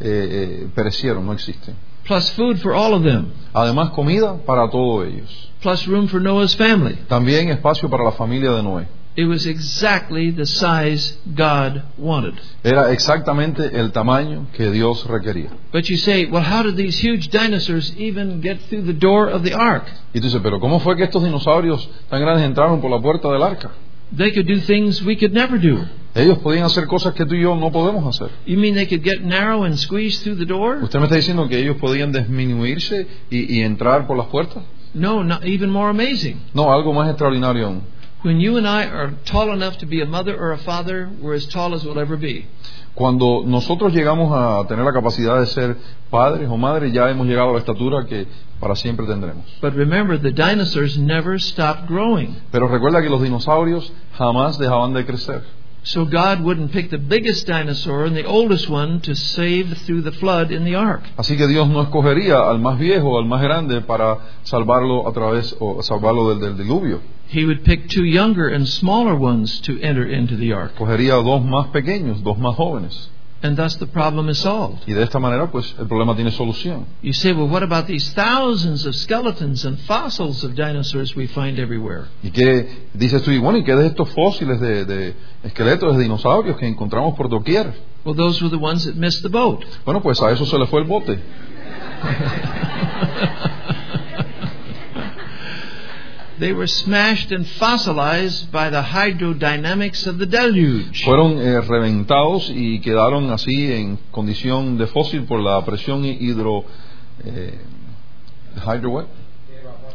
[SPEAKER 2] eh, perecieron, no existen.
[SPEAKER 1] Plus food for all of them.
[SPEAKER 2] Además, comida para todos ellos.
[SPEAKER 1] Plus room for Noah's family.
[SPEAKER 2] También espacio para la familia de Noé.
[SPEAKER 1] It was exactly the size God wanted.
[SPEAKER 2] Era exactamente el tamaño que Dios requería.
[SPEAKER 1] But you say, well, how did these huge dinosaurs even get through the door of the ark?
[SPEAKER 2] Y tú dices, pero ¿cómo fue que estos dinosaurios tan grandes entraron por la puerta del arca?
[SPEAKER 1] They could do things we could never do.
[SPEAKER 2] Ellos podían hacer cosas que tú y yo no podemos hacer.
[SPEAKER 1] You mean they could get narrow and squeeze through the door?
[SPEAKER 2] ¿Usted me está diciendo que ellos podían disminuirse y, y entrar por las puertas?
[SPEAKER 1] No, not even more amazing.
[SPEAKER 2] No, algo más extraordinario aún.
[SPEAKER 1] When you and I are tall enough to be a mother or a father, we're as tall as we'll ever be.
[SPEAKER 2] Cuando nosotros llegamos a tener la capacidad de ser padres o madres, ya hemos llegado a la estatura que para siempre tendremos.
[SPEAKER 1] But remember, the dinosaurs never stopped growing.
[SPEAKER 2] Pero recuerda que los dinosaurios jamás dejaban de crecer.
[SPEAKER 1] So God wouldn't pick the biggest dinosaur and the oldest one to save through the flood in the ark.
[SPEAKER 2] Así que Dios no escogería al más viejo o al más grande para salvarlo a través o salvarlo del, del diluvio.
[SPEAKER 1] He would pick two younger and smaller ones to enter into the ark.
[SPEAKER 2] Escogería dos más pequeños, dos más jóvenes.
[SPEAKER 1] And thus the problem is solved.
[SPEAKER 2] Y de esta manera, pues, el problema tiene solución.
[SPEAKER 1] You say, well, what about these thousands of skeletons and fossils of dinosaurs we find everywhere?
[SPEAKER 2] ¿Y qué dices tú? Y bueno, ¿y qué de estos fósiles de, de esqueletos de dinosaurios que encontramos por doquier?
[SPEAKER 1] Well, those were the ones that missed the boat.
[SPEAKER 2] Bueno, pues a eso se le fue el bote.
[SPEAKER 1] They were smashed and fossilized by the hydrodynamics of the deluge.
[SPEAKER 2] Fueron eh, reventados y quedaron así en condición de fósil por la presión hidro... Eh, hydro what?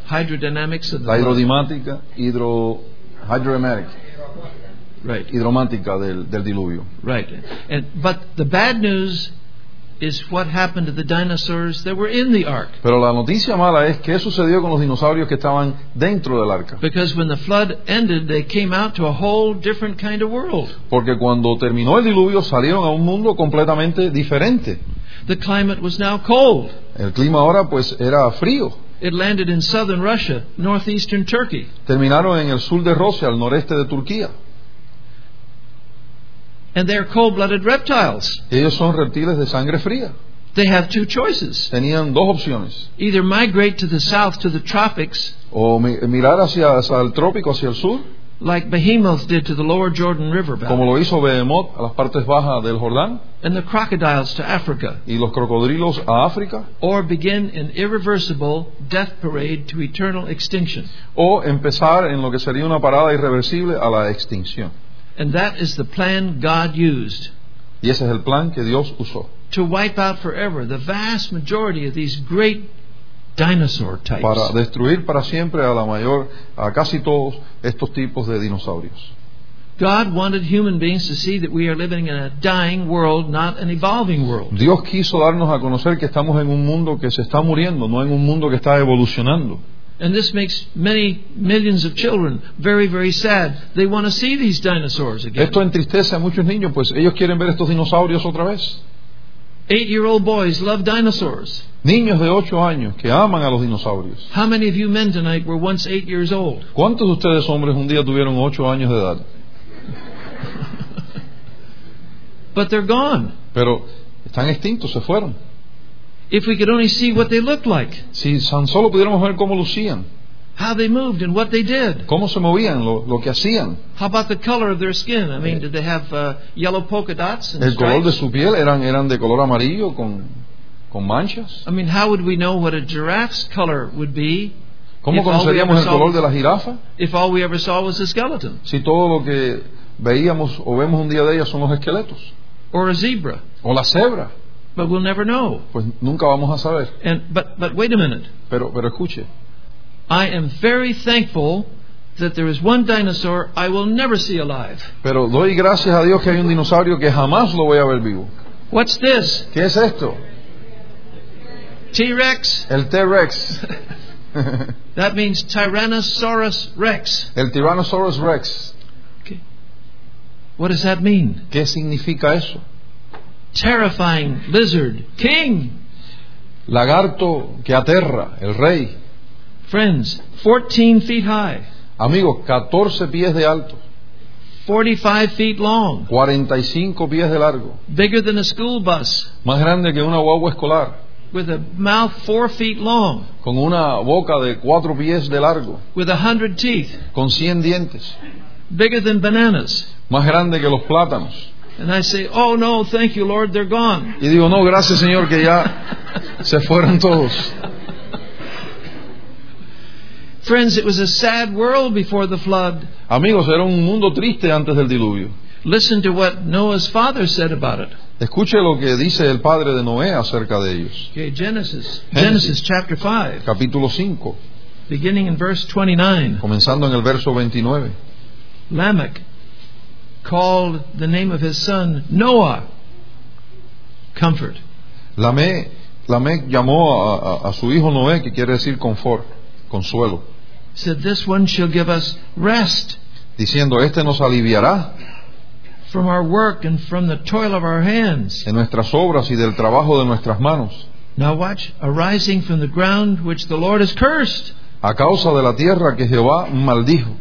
[SPEAKER 1] Hydrodynamics of the
[SPEAKER 2] La hidrodimática, hidro... hydromatic,
[SPEAKER 1] right,
[SPEAKER 2] hidromática del, del diluvio.
[SPEAKER 1] right. And but the bad news is what happened to the dinosaurs that were in the ark.
[SPEAKER 2] Pero la noticia mala es qué sucedió con los dinosaurios que estaban dentro del arca.
[SPEAKER 1] Because when the flood ended, they came out to a whole different kind of world.
[SPEAKER 2] Porque cuando terminó el diluvio salieron a un mundo completamente diferente.
[SPEAKER 1] The climate was now cold.
[SPEAKER 2] El clima ahora pues era frío.
[SPEAKER 1] It landed in southern Russia, northeastern Turkey,
[SPEAKER 2] Terminaron en el sur de Rusia, al noreste de Turquía.
[SPEAKER 1] and they're cold-blooded reptiles.
[SPEAKER 2] Ellos son reptiles de sangre fría.
[SPEAKER 1] They have two choices:
[SPEAKER 2] Tenían dos opciones.
[SPEAKER 1] either migrate to the south to the tropics,
[SPEAKER 2] O mi- mirar hacia, hacia el trópico, hacia el sur,
[SPEAKER 1] like behemoths did to the lower Jordan River
[SPEAKER 2] como
[SPEAKER 1] valley,
[SPEAKER 2] lo hizo Behemoth a las partes bajas del Jordán,
[SPEAKER 1] and the crocodiles to Africa,
[SPEAKER 2] y los crocodilos a África,
[SPEAKER 1] or begin an irreversible death parade to eternal extinction.
[SPEAKER 2] o empezar en lo que sería una parada irreversible a la extinción.
[SPEAKER 1] And that is the plan God used
[SPEAKER 2] Y ese es el plan que Dios usó.
[SPEAKER 1] to wipe out forever the vast majority of these great dinosaur types.
[SPEAKER 2] para destruir para siempre a la mayor, a casi todos estos tipos de dinosaurios.
[SPEAKER 1] God wanted human beings to see that we are living in a dying world, not an evolving world.
[SPEAKER 2] Dios quiso darnos a conocer que estamos en un mundo que se está muriendo, no en un mundo que está evolucionando.
[SPEAKER 1] And this makes many millions of children very, very sad. They want to see these dinosaurs again.
[SPEAKER 2] Esto entristece a muchos niños, pues ellos quieren ver estos dinosaurios otra vez.
[SPEAKER 1] Eight year old boys love dinosaurs.
[SPEAKER 2] Niños de 8 años que aman a los dinosaurios.
[SPEAKER 1] How many of you men tonight were once eight years old?
[SPEAKER 2] ¿Cuántos de ustedes hombres un día tuvieron 8 años de edad?
[SPEAKER 1] But they're gone.
[SPEAKER 2] Pero están extintos, se fueron.
[SPEAKER 1] If we could only see what they looked like,
[SPEAKER 2] Si tan solo pudiéramos ver cómo lucían,
[SPEAKER 1] how they moved, and what they did.
[SPEAKER 2] cómo se movían, lo, lo que hacían.
[SPEAKER 1] How about the color of their skin? I mean, did they have uh, yellow polka dots and
[SPEAKER 2] El color de
[SPEAKER 1] stripes?
[SPEAKER 2] su piel eran, eran de color amarillo con, con manchas.
[SPEAKER 1] I mean, how would we know what a giraffe's color would be
[SPEAKER 2] ¿Cómo
[SPEAKER 1] If all we
[SPEAKER 2] conoceríamos
[SPEAKER 1] ever
[SPEAKER 2] el
[SPEAKER 1] saw-
[SPEAKER 2] color de la jirafa
[SPEAKER 1] if all we ever saw was a skeleton
[SPEAKER 2] si todo lo que veíamos o vemos un día de ella son los esqueletos?
[SPEAKER 1] or a zebra?
[SPEAKER 2] O la cebra,
[SPEAKER 1] But we'll never know.
[SPEAKER 2] pues nunca vamos a saber.
[SPEAKER 1] And but but wait a minute.
[SPEAKER 2] Pero, pero escuche,
[SPEAKER 1] I am very thankful that there is one dinosaur I will never see alive.
[SPEAKER 2] pero doy gracias a Dios que hay un dinosaurio que jamás lo voy a ver vivo.
[SPEAKER 1] What's this?
[SPEAKER 2] ¿Qué es esto?
[SPEAKER 1] T-Rex?
[SPEAKER 2] El T-Rex.
[SPEAKER 1] That means Tyrannosaurus Rex.
[SPEAKER 2] el Tyrannosaurus Rex.
[SPEAKER 1] What does that mean?
[SPEAKER 2] ¿Qué significa eso?
[SPEAKER 1] Terrifying lizard king.
[SPEAKER 2] Lagarto que aterra, el rey.
[SPEAKER 1] Friends, 14 feet high,
[SPEAKER 2] Amigos, 14 pies de alto,
[SPEAKER 1] 45 feet long,
[SPEAKER 2] 45 pies de largo,
[SPEAKER 1] bigger than a school bus,
[SPEAKER 2] más grande que una guagua escolar.
[SPEAKER 1] with a mouth 4 feet long,
[SPEAKER 2] con una boca de cuatro pies de largo,
[SPEAKER 1] with a 100 teeth,
[SPEAKER 2] con cien dientes,
[SPEAKER 1] bigger than bananas.
[SPEAKER 2] más grande que los plátanos.
[SPEAKER 1] And I say, Oh no, thank you, Lord, they're gone.
[SPEAKER 2] Y digo, no, gracias Señor que ya se fueron todos.
[SPEAKER 1] Friends, it was a sad world before the flood.
[SPEAKER 2] Amigos, era un mundo triste antes del diluvio.
[SPEAKER 1] Listen to what Noah's father said about it.
[SPEAKER 2] Escuche lo que dice el padre de Noé acerca de ellos.
[SPEAKER 1] Okay, Genesis. Genesis
[SPEAKER 2] Genesis.
[SPEAKER 1] chapter 5,
[SPEAKER 2] Capítulo 5,
[SPEAKER 1] beginning in verse 29.
[SPEAKER 2] comenzando en el verso 29.
[SPEAKER 1] Lamech called the name of his son Noah, comfort.
[SPEAKER 2] Lamé, Lamé llamó a, a- a su hijo Noé, que quiere decir confort, consuelo,
[SPEAKER 1] Said, This one shall give us rest
[SPEAKER 2] diciendo, este nos aliviará
[SPEAKER 1] from our work and from the toil of our hands.
[SPEAKER 2] de nuestras obras y del trabajo de nuestras manos,
[SPEAKER 1] Now watch, arising from the ground which the Lord has cursed.
[SPEAKER 2] a causa de la tierra que Jehová maldijo.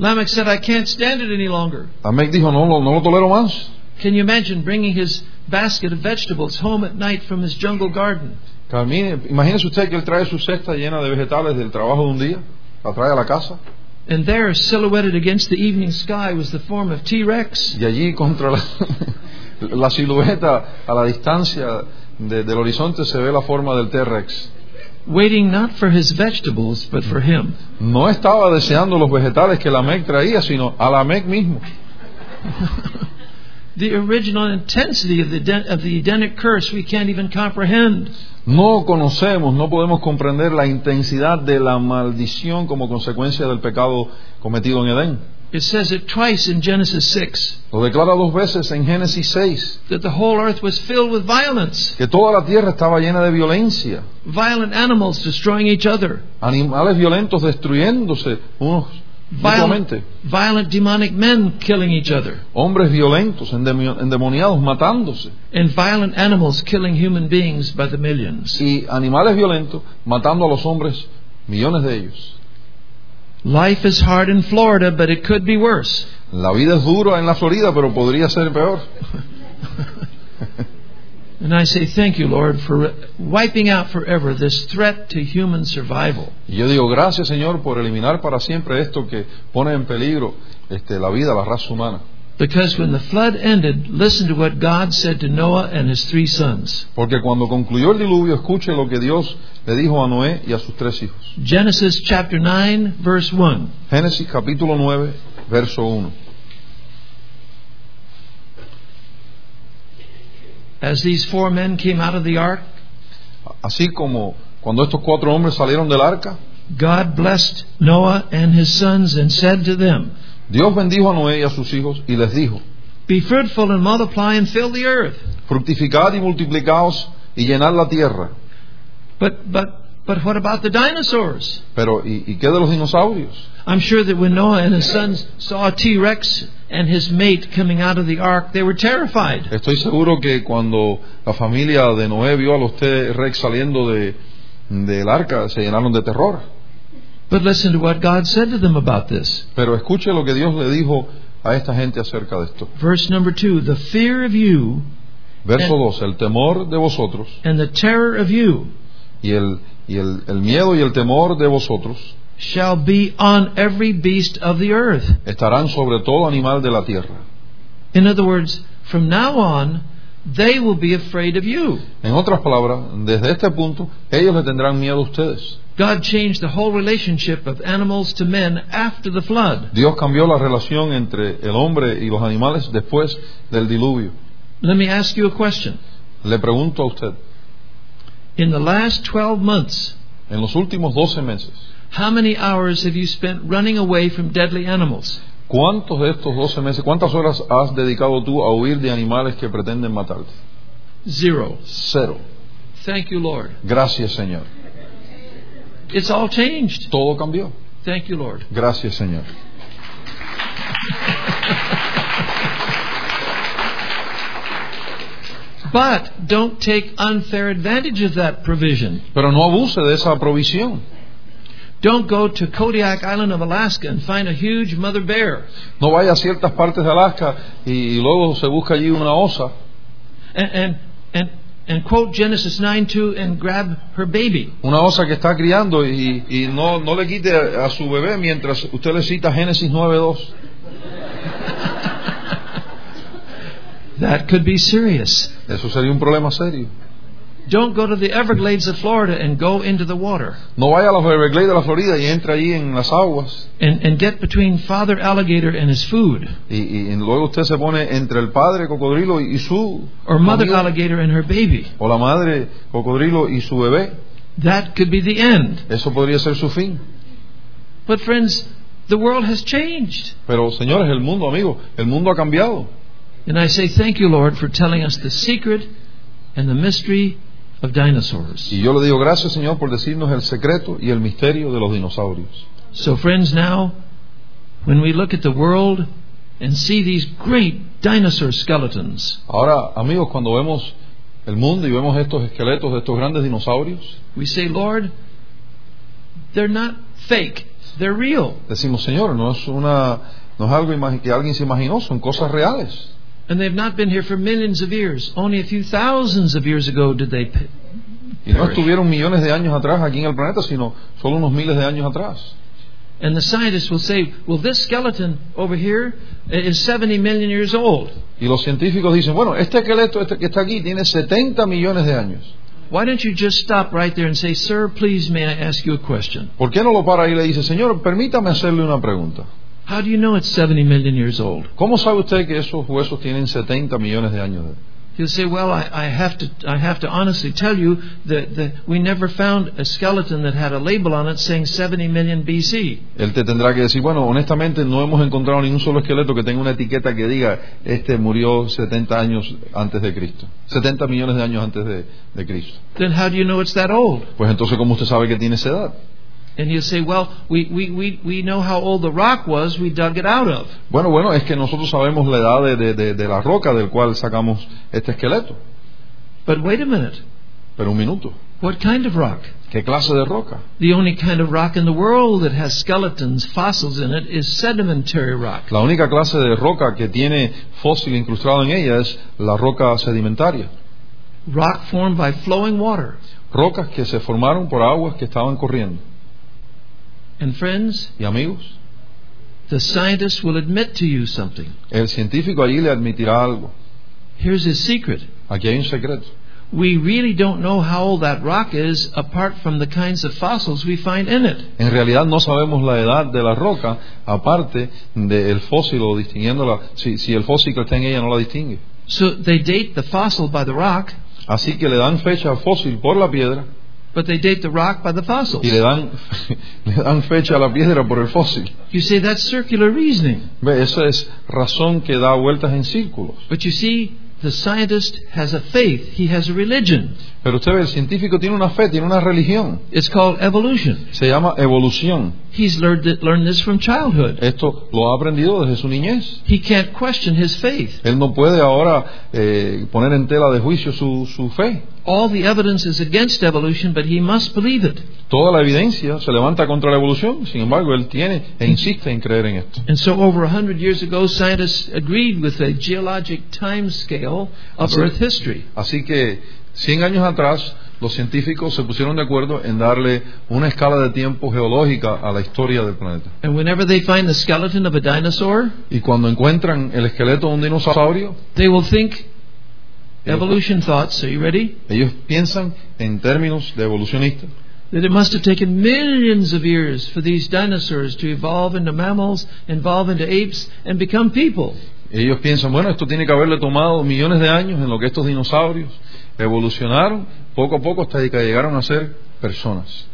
[SPEAKER 1] Lamech said, I can't stand it any longer.
[SPEAKER 2] Lamé dijo, no, lo- no lo tolero más.
[SPEAKER 1] Can you imagine bringing his basket of vegetables home at night from his jungle garden?
[SPEAKER 2] Camine, imagínese usted que él trae su cesta llena de vegetales del trabajo de un día, la trae a la casa,
[SPEAKER 1] And there, silhouetted against the evening sky, was the form of T Rex.
[SPEAKER 2] y allí contra la, la silueta, a la distancia de- del horizonte, se ve la forma del T-Rex.
[SPEAKER 1] waiting not for his vegetables, but for him.
[SPEAKER 2] No estaba deseando los vegetales que Lamec traía, sino a Lamec mismo.
[SPEAKER 1] The original intensity of the, Eden- of the Edenic curse we can't even comprehend.
[SPEAKER 2] No conocemos, no podemos comprender la intensidad de la maldición como consecuencia del pecado cometido en Edén.
[SPEAKER 1] It says it twice in Genesis 6
[SPEAKER 2] Lo declara dos veces en Génesis 6,
[SPEAKER 1] that the whole earth was filled with violence,
[SPEAKER 2] que toda la tierra estaba llena de violencia,
[SPEAKER 1] violent animals destroying each other,
[SPEAKER 2] animales violentos destruyéndose unos mutuamente,
[SPEAKER 1] violent, violent demonic men killing each other,
[SPEAKER 2] hombres violentos, endemio- endemoniados, matándose,
[SPEAKER 1] and violent animals killing human beings by the millions.
[SPEAKER 2] y animales violentos matando a los hombres, millones de ellos.
[SPEAKER 1] Life is hard in Florida, but it could be worse.
[SPEAKER 2] La vida es dura en la Florida, pero podría ser peor.
[SPEAKER 1] And I say, thank you, Lord, for wiping out forever this threat to human survival.
[SPEAKER 2] Y yo digo, gracias Señor por eliminar para siempre esto que pone en peligro este, la vida, la raza humana.
[SPEAKER 1] Because when the flood ended, listen to what God said to Noah and his three sons.
[SPEAKER 2] Porque cuando concluyó el diluvio, escuche lo que Dios le dijo a Noé y a sus tres hijos.
[SPEAKER 1] Genesis chapter 9, verse 1.
[SPEAKER 2] Génesis capítulo 9, verso 1.
[SPEAKER 1] As these four men came out of the ark,
[SPEAKER 2] Así como cuando estos cuatro hombres salieron del arca,
[SPEAKER 1] God blessed Noah and his sons and said to them,
[SPEAKER 2] Dios bendijo a Noé y a sus hijos y les dijo,
[SPEAKER 1] Be fruitful and multiply and fill the earth.
[SPEAKER 2] fructificad y multiplicaos y llenad la tierra.
[SPEAKER 1] But, but, but what about the dinosaurs?
[SPEAKER 2] Pero, ¿y, y qué de los dinosaurios?
[SPEAKER 1] I'm sure that when Noah and his sons saw T Rex and his mate coming out of the ark, they were terrified.
[SPEAKER 2] Estoy seguro que cuando la familia de Noé vio a los T-Rex saliendo de, del arca, se llenaron de terror.
[SPEAKER 1] But listen to what God said to them about this.
[SPEAKER 2] Pero escuche lo que Dios le dijo a esta gente acerca de esto.
[SPEAKER 1] Verse number 2 The fear of you
[SPEAKER 2] Verso
[SPEAKER 1] Eh.
[SPEAKER 2] 12, el temor de vosotros
[SPEAKER 1] and the terror of you
[SPEAKER 2] y, el, y el, el miedo y el temor de vosotros
[SPEAKER 1] shall be on every beast of the earth.
[SPEAKER 2] estarán sobre todo animal de la tierra.
[SPEAKER 1] In other words, from now on, they will be afraid of you.
[SPEAKER 2] En otras palabras, desde este punto, ellos le tendrán miedo a ustedes.
[SPEAKER 1] God changed the whole relationship of animals to men after the flood.
[SPEAKER 2] Dios cambió la relación entre el hombre y los animales después del diluvio.
[SPEAKER 1] Let me ask you a question.
[SPEAKER 2] Le pregunto a usted,
[SPEAKER 1] In the last 12 months,
[SPEAKER 2] en los últimos 12 meses,
[SPEAKER 1] how many hours have you spent running away from deadly animals?
[SPEAKER 2] ¿cuántos de estos 12 meses, cuántas horas has dedicado tú a huir de animales que pretenden matarte?
[SPEAKER 1] Zero.
[SPEAKER 2] Cero.
[SPEAKER 1] Thank you, Lord.
[SPEAKER 2] Gracias, Señor.
[SPEAKER 1] It's all changed.
[SPEAKER 2] Todo cambió.
[SPEAKER 1] Thank you, Lord.
[SPEAKER 2] Gracias, Señor.
[SPEAKER 1] But don't take unfair advantage of that provision.
[SPEAKER 2] Pero no abuse de esa provisión.
[SPEAKER 1] Don't go to Kodiak Island of Alaska and find a huge mother bear.
[SPEAKER 2] No vaya a ciertas partes de Alaska y, y luego se busca allí una osa
[SPEAKER 1] and and and, and quote Genesis 9 2 and grab her baby.
[SPEAKER 2] una osa que está criando y, y no, no le quite a a su bebé mientras usted le cita Génesis 9.2.
[SPEAKER 1] That could be serious.
[SPEAKER 2] Eso sería un problema serio.
[SPEAKER 1] Don't go to the Everglades of Florida and go into the water
[SPEAKER 2] No vaya a los Everglades de la Florida y entra ahí en las aguas
[SPEAKER 1] and, and get between Father Alligator and his food,
[SPEAKER 2] y, y- y luego usted se pone entre el padre cocodrilo y, y su
[SPEAKER 1] or Mother
[SPEAKER 2] comida,
[SPEAKER 1] Alligator and her baby.
[SPEAKER 2] o la madre cocodrilo y su bebé.
[SPEAKER 1] That could be the end.
[SPEAKER 2] Eso podría ser su fin.
[SPEAKER 1] But, friends, the world has changed.
[SPEAKER 2] Pero señores, el mundo, amigos, el mundo ha cambiado.
[SPEAKER 1] And I say, Thank you, Lord, for telling us the secret and the mystery of dinosaurs.
[SPEAKER 2] Y yo le digo gracias, Señor, por decirnos el secreto y el misterio de los dinosaurios.
[SPEAKER 1] So, friends, now, when we look at the world and see these great dinosaur skeletons,
[SPEAKER 2] Ahora, amigos, cuando vemos el mundo y vemos estos esqueletos de estos grandes dinosaurios,
[SPEAKER 1] we say, Lord, they're not fake, they're real.
[SPEAKER 2] decimos, Señor, no es una no es algo imagi- que alguien se imaginó, son cosas reales.
[SPEAKER 1] And they've not been here for millions of years. Only a few thousands of years ago did they. p-
[SPEAKER 2] Y no
[SPEAKER 1] Perish.
[SPEAKER 2] estuvieron millones de años atrás aquí en el planeta, sino solo unos miles de años atrás.
[SPEAKER 1] And the scientists will say, well, this skeleton over here is 70 million years old.
[SPEAKER 2] Y los científicos dicen, bueno, este esqueleto este que está aquí tiene 70 millones de años.
[SPEAKER 1] Why don't you just stop right there and say, Sir, please, may I ask you a question?
[SPEAKER 2] ¿Por qué no lo para ahí y le dice, Señor, permítame hacerle una pregunta?
[SPEAKER 1] How do you know it's 70 million years old?
[SPEAKER 2] ¿Cómo sabe usted que esos huesos tienen 70 millones de años de
[SPEAKER 1] He'll say, Well, I, I, have, to, I have to honestly tell you that, that we never found a skeleton that had a label on it saying 70 million BC.
[SPEAKER 2] Él te tendrá que decir, bueno, honestamente no hemos encontrado ningún solo esqueleto que tenga una etiqueta que diga, este murió 70 años antes de Cristo, 70 millones de años antes de, de Cristo.
[SPEAKER 1] Then how do you know it's that old?
[SPEAKER 2] Pues entonces, ¿cómo usted sabe que tiene esa edad?
[SPEAKER 1] And he'll say, Well, we, we, we, we know how old the rock was we dug it out of.
[SPEAKER 2] Bueno, bueno, es que nosotros sabemos la edad de, de- de- de la roca del cual sacamos este esqueleto.
[SPEAKER 1] But wait a minute.
[SPEAKER 2] Pero un minuto,
[SPEAKER 1] What kind of rock?
[SPEAKER 2] ¿qué clase de roca?
[SPEAKER 1] The only kind of rock in the world that has skeletons, fossils in it, is sedimentary rock.
[SPEAKER 2] La única clase de roca que tiene fósil incrustado en ella es la roca sedimentaria.
[SPEAKER 1] Rock formed by flowing water.
[SPEAKER 2] Rocas que se formaron por aguas que estaban corriendo.
[SPEAKER 1] And friends,
[SPEAKER 2] Y amigos,
[SPEAKER 1] the scientist will admit to you something.
[SPEAKER 2] el científico allí le admitirá algo.
[SPEAKER 1] Here's his secret.
[SPEAKER 2] Aquí hay un secreto.
[SPEAKER 1] We really don't know how old that rock is apart from the kinds of fossils we find in it.
[SPEAKER 2] En realidad no sabemos la edad de la roca, aparte del fósil o distinguiéndola, si, si el fósil que está en ella no la distingue.
[SPEAKER 1] So they date the fossil by the rock,
[SPEAKER 2] Así que le dan fecha al fósil por la piedra
[SPEAKER 1] but they date the rock by the
[SPEAKER 2] y
[SPEAKER 1] fossils.
[SPEAKER 2] le dan, le dan fecha a la piedra por el fósil.
[SPEAKER 1] You say that's circular reasoning.
[SPEAKER 2] Ve, esa es razón que da vueltas en círculos.
[SPEAKER 1] But you see, the scientist has a faith, he has a religion.
[SPEAKER 2] Pero usted ve, el científico tiene una fe, tiene una religión.
[SPEAKER 1] It's called evolution.
[SPEAKER 2] Se llama evolución.
[SPEAKER 1] He's learned, it, learned this from childhood.
[SPEAKER 2] Esto lo ha aprendido desde su niñez.
[SPEAKER 1] He can't question his faith.
[SPEAKER 2] Él no puede ahora eh, poner en tela de juicio su, su fe.
[SPEAKER 1] All the evidence is against evolution, but he must believe it.
[SPEAKER 2] Toda la evidencia se levanta contra la evolución, sin embargo, él tiene e insiste en creer en esto.
[SPEAKER 1] And so, over 100 years ago, scientists agreed with a geologic time scale of
[SPEAKER 2] Sí.
[SPEAKER 1] Earth history.
[SPEAKER 2] Así que, 100 años atrás, los científicos se pusieron de acuerdo en darle una escala de tiempo geológica a la historia del planeta.
[SPEAKER 1] And whenever they find the skeleton of a dinosaur,
[SPEAKER 2] Y cuando encuentran el esqueleto de un dinosaurio,
[SPEAKER 1] they will think
[SPEAKER 2] Yeah.
[SPEAKER 1] evolution thoughts. Are you ready?
[SPEAKER 2] ellos piensan en términos de evolucionistas,
[SPEAKER 1] That it must have taken millions of years for these dinosaurs to evolve into mammals, evolve into apes, and become people.
[SPEAKER 2] ellos piensan, bueno, esto tiene que haberle tomado millones de años en lo que estos dinosaurios evolucionaron poco a poco hasta que llegaron a ser personas.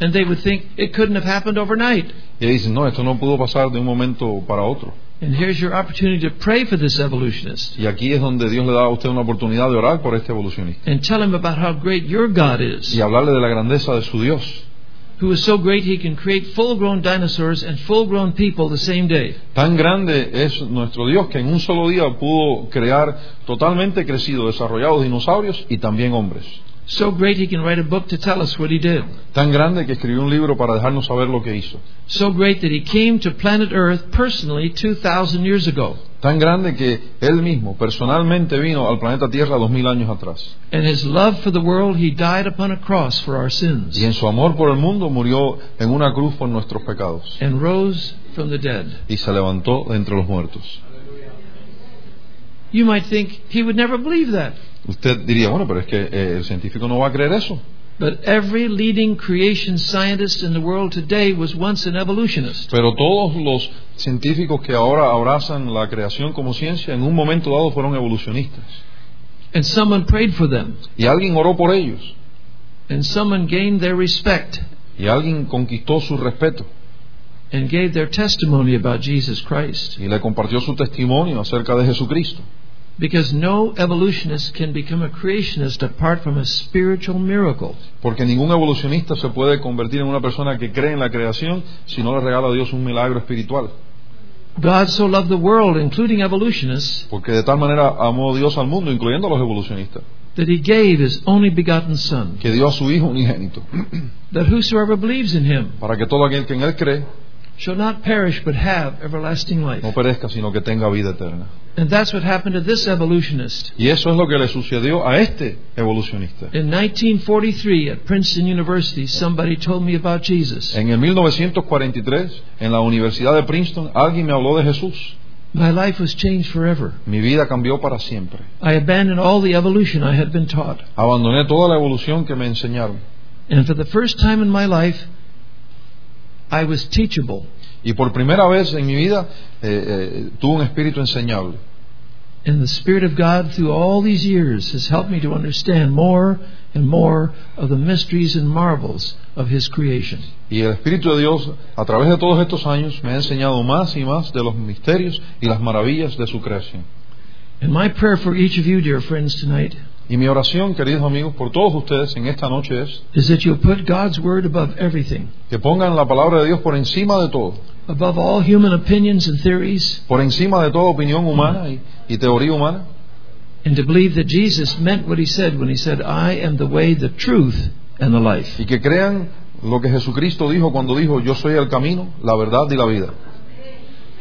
[SPEAKER 1] And they would think it couldn't have happened overnight.
[SPEAKER 2] Y dicen, no, esto no pudo pasar de un momento para otro.
[SPEAKER 1] And here's your opportunity to pray for this evolutionist
[SPEAKER 2] Y aquí es donde Dios le da a usted una oportunidad de orar por este evolucionista
[SPEAKER 1] and tell him about how great your God is.
[SPEAKER 2] y hablarle de la grandeza de su Dios,
[SPEAKER 1] who is so great he can create full grown dinosaurs and full grown people the same day.
[SPEAKER 2] Tan grande es nuestro Dios que en un solo día pudo crear totalmente crecido, desarrollados dinosaurios y también hombres.
[SPEAKER 1] So great he can write a book to tell us what he did.
[SPEAKER 2] Tan grande que escribió un libro para dejarnos saber lo que hizo.
[SPEAKER 1] So great that he came to planet Earth personally 2,000 years ago
[SPEAKER 2] Tan grande que Él mismo personalmente vino al planeta Tierra dos mil años atrás.
[SPEAKER 1] and his love for the world he died upon a cross for our sins
[SPEAKER 2] Y en su amor por el mundo murió en una cruz por nuestros pecados
[SPEAKER 1] and rose from the dead.
[SPEAKER 2] y se levantó de entre los muertos.
[SPEAKER 1] You might think he would never believe that.
[SPEAKER 2] Usted diría, bueno, pero es que eh, el científico no va a creer eso.
[SPEAKER 1] But every leading creation scientist in the world today was once an evolutionist.
[SPEAKER 2] Pero todos los científicos que ahora abrazan la creación como ciencia en un momento dado fueron evolucionistas.
[SPEAKER 1] And someone prayed for them.
[SPEAKER 2] Y alguien oró por ellos.
[SPEAKER 1] And someone gained their respect
[SPEAKER 2] Y alguien conquistó su respeto.
[SPEAKER 1] and gave their testimony about Jesus Christ.
[SPEAKER 2] Y le compartió su testimonio acerca de Jesucristo.
[SPEAKER 1] Because no evolutionist can become a creationist apart from a spiritual miracle.
[SPEAKER 2] Porque ningún evolucionista se puede convertir en una persona que cree en la creación si no le regala a Dios un milagro espiritual.
[SPEAKER 1] God so loved the world, including evolutionists,
[SPEAKER 2] Porque de tal manera amó Dios al mundo, incluyendo a los evolucionistas,
[SPEAKER 1] that he gave his only begotten Son,
[SPEAKER 2] que dio a su Hijo unigénito,
[SPEAKER 1] that whosoever believes in him
[SPEAKER 2] para que todo aquel que en Él cree
[SPEAKER 1] shall not perish but have everlasting life.
[SPEAKER 2] no perezca, sino que tenga vida eterna.
[SPEAKER 1] And that's what happened to this evolutionist.
[SPEAKER 2] Y eso es lo que le sucedió a este evolucionista.
[SPEAKER 1] In 1943 at Princeton University, somebody told me about Jesus.
[SPEAKER 2] En el 1943, en la Universidad de Princeton, alguien me habló de Jesús.
[SPEAKER 1] My life was changed forever.
[SPEAKER 2] Mi vida cambió para siempre.
[SPEAKER 1] I abandoned all the evolution I had been taught.
[SPEAKER 2] Abandoné toda la evolución que me enseñaron.
[SPEAKER 1] And for the first time in my life, I was teachable.
[SPEAKER 2] Y por primera vez en mi vida eh, eh, tuve un espíritu enseñable.
[SPEAKER 1] And the Spirit of God, through all these years, has helped me to understand more and more of the mysteries and marvels of His creation.
[SPEAKER 2] Y el Espíritu de Dios, a través de todos estos años, me ha enseñado más y más de los misterios y las maravillas de su creación.
[SPEAKER 1] And my prayer for each of you, dear friends, tonight
[SPEAKER 2] Y mi oración, queridos amigos, por todos ustedes en esta noche es
[SPEAKER 1] is that you'll put God's Word above everything,
[SPEAKER 2] que pongan la palabra de Dios por encima de todo,
[SPEAKER 1] above all human opinions and theories,
[SPEAKER 2] por encima de toda opinión humana y, y teoría humana,
[SPEAKER 1] and to believe that Jesus meant what He said when He said, I am the way, the truth, and the life.
[SPEAKER 2] y que crean lo que Jesucristo dijo cuando dijo, yo soy el camino, la verdad y la vida.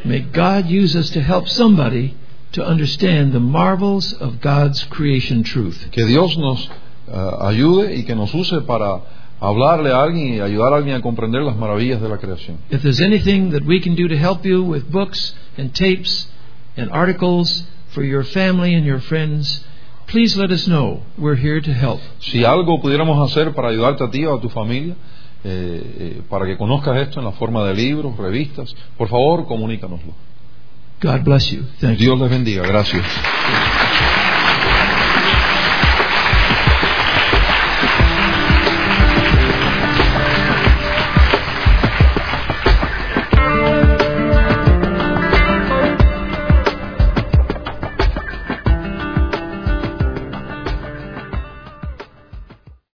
[SPEAKER 1] May God use us to help somebody to understand the marvels of God's creation truth.
[SPEAKER 2] Que Dios nos eh, ayude y que nos use para hablarle a alguien y ayudar a alguien a comprender las maravillas de la creación.
[SPEAKER 1] If there's anything that we can do to help you with books and tapes and articles for your family and your friends, please let us know. We're here to help.
[SPEAKER 2] Si algo pudiéramos hacer para ayudarte a ti o a tu familia, eh, eh, para que conozcas esto en la forma de libros, revistas, por favor comunícanoslo.
[SPEAKER 1] God bless you. Thank you.
[SPEAKER 2] Dios les bendiga. Gracias.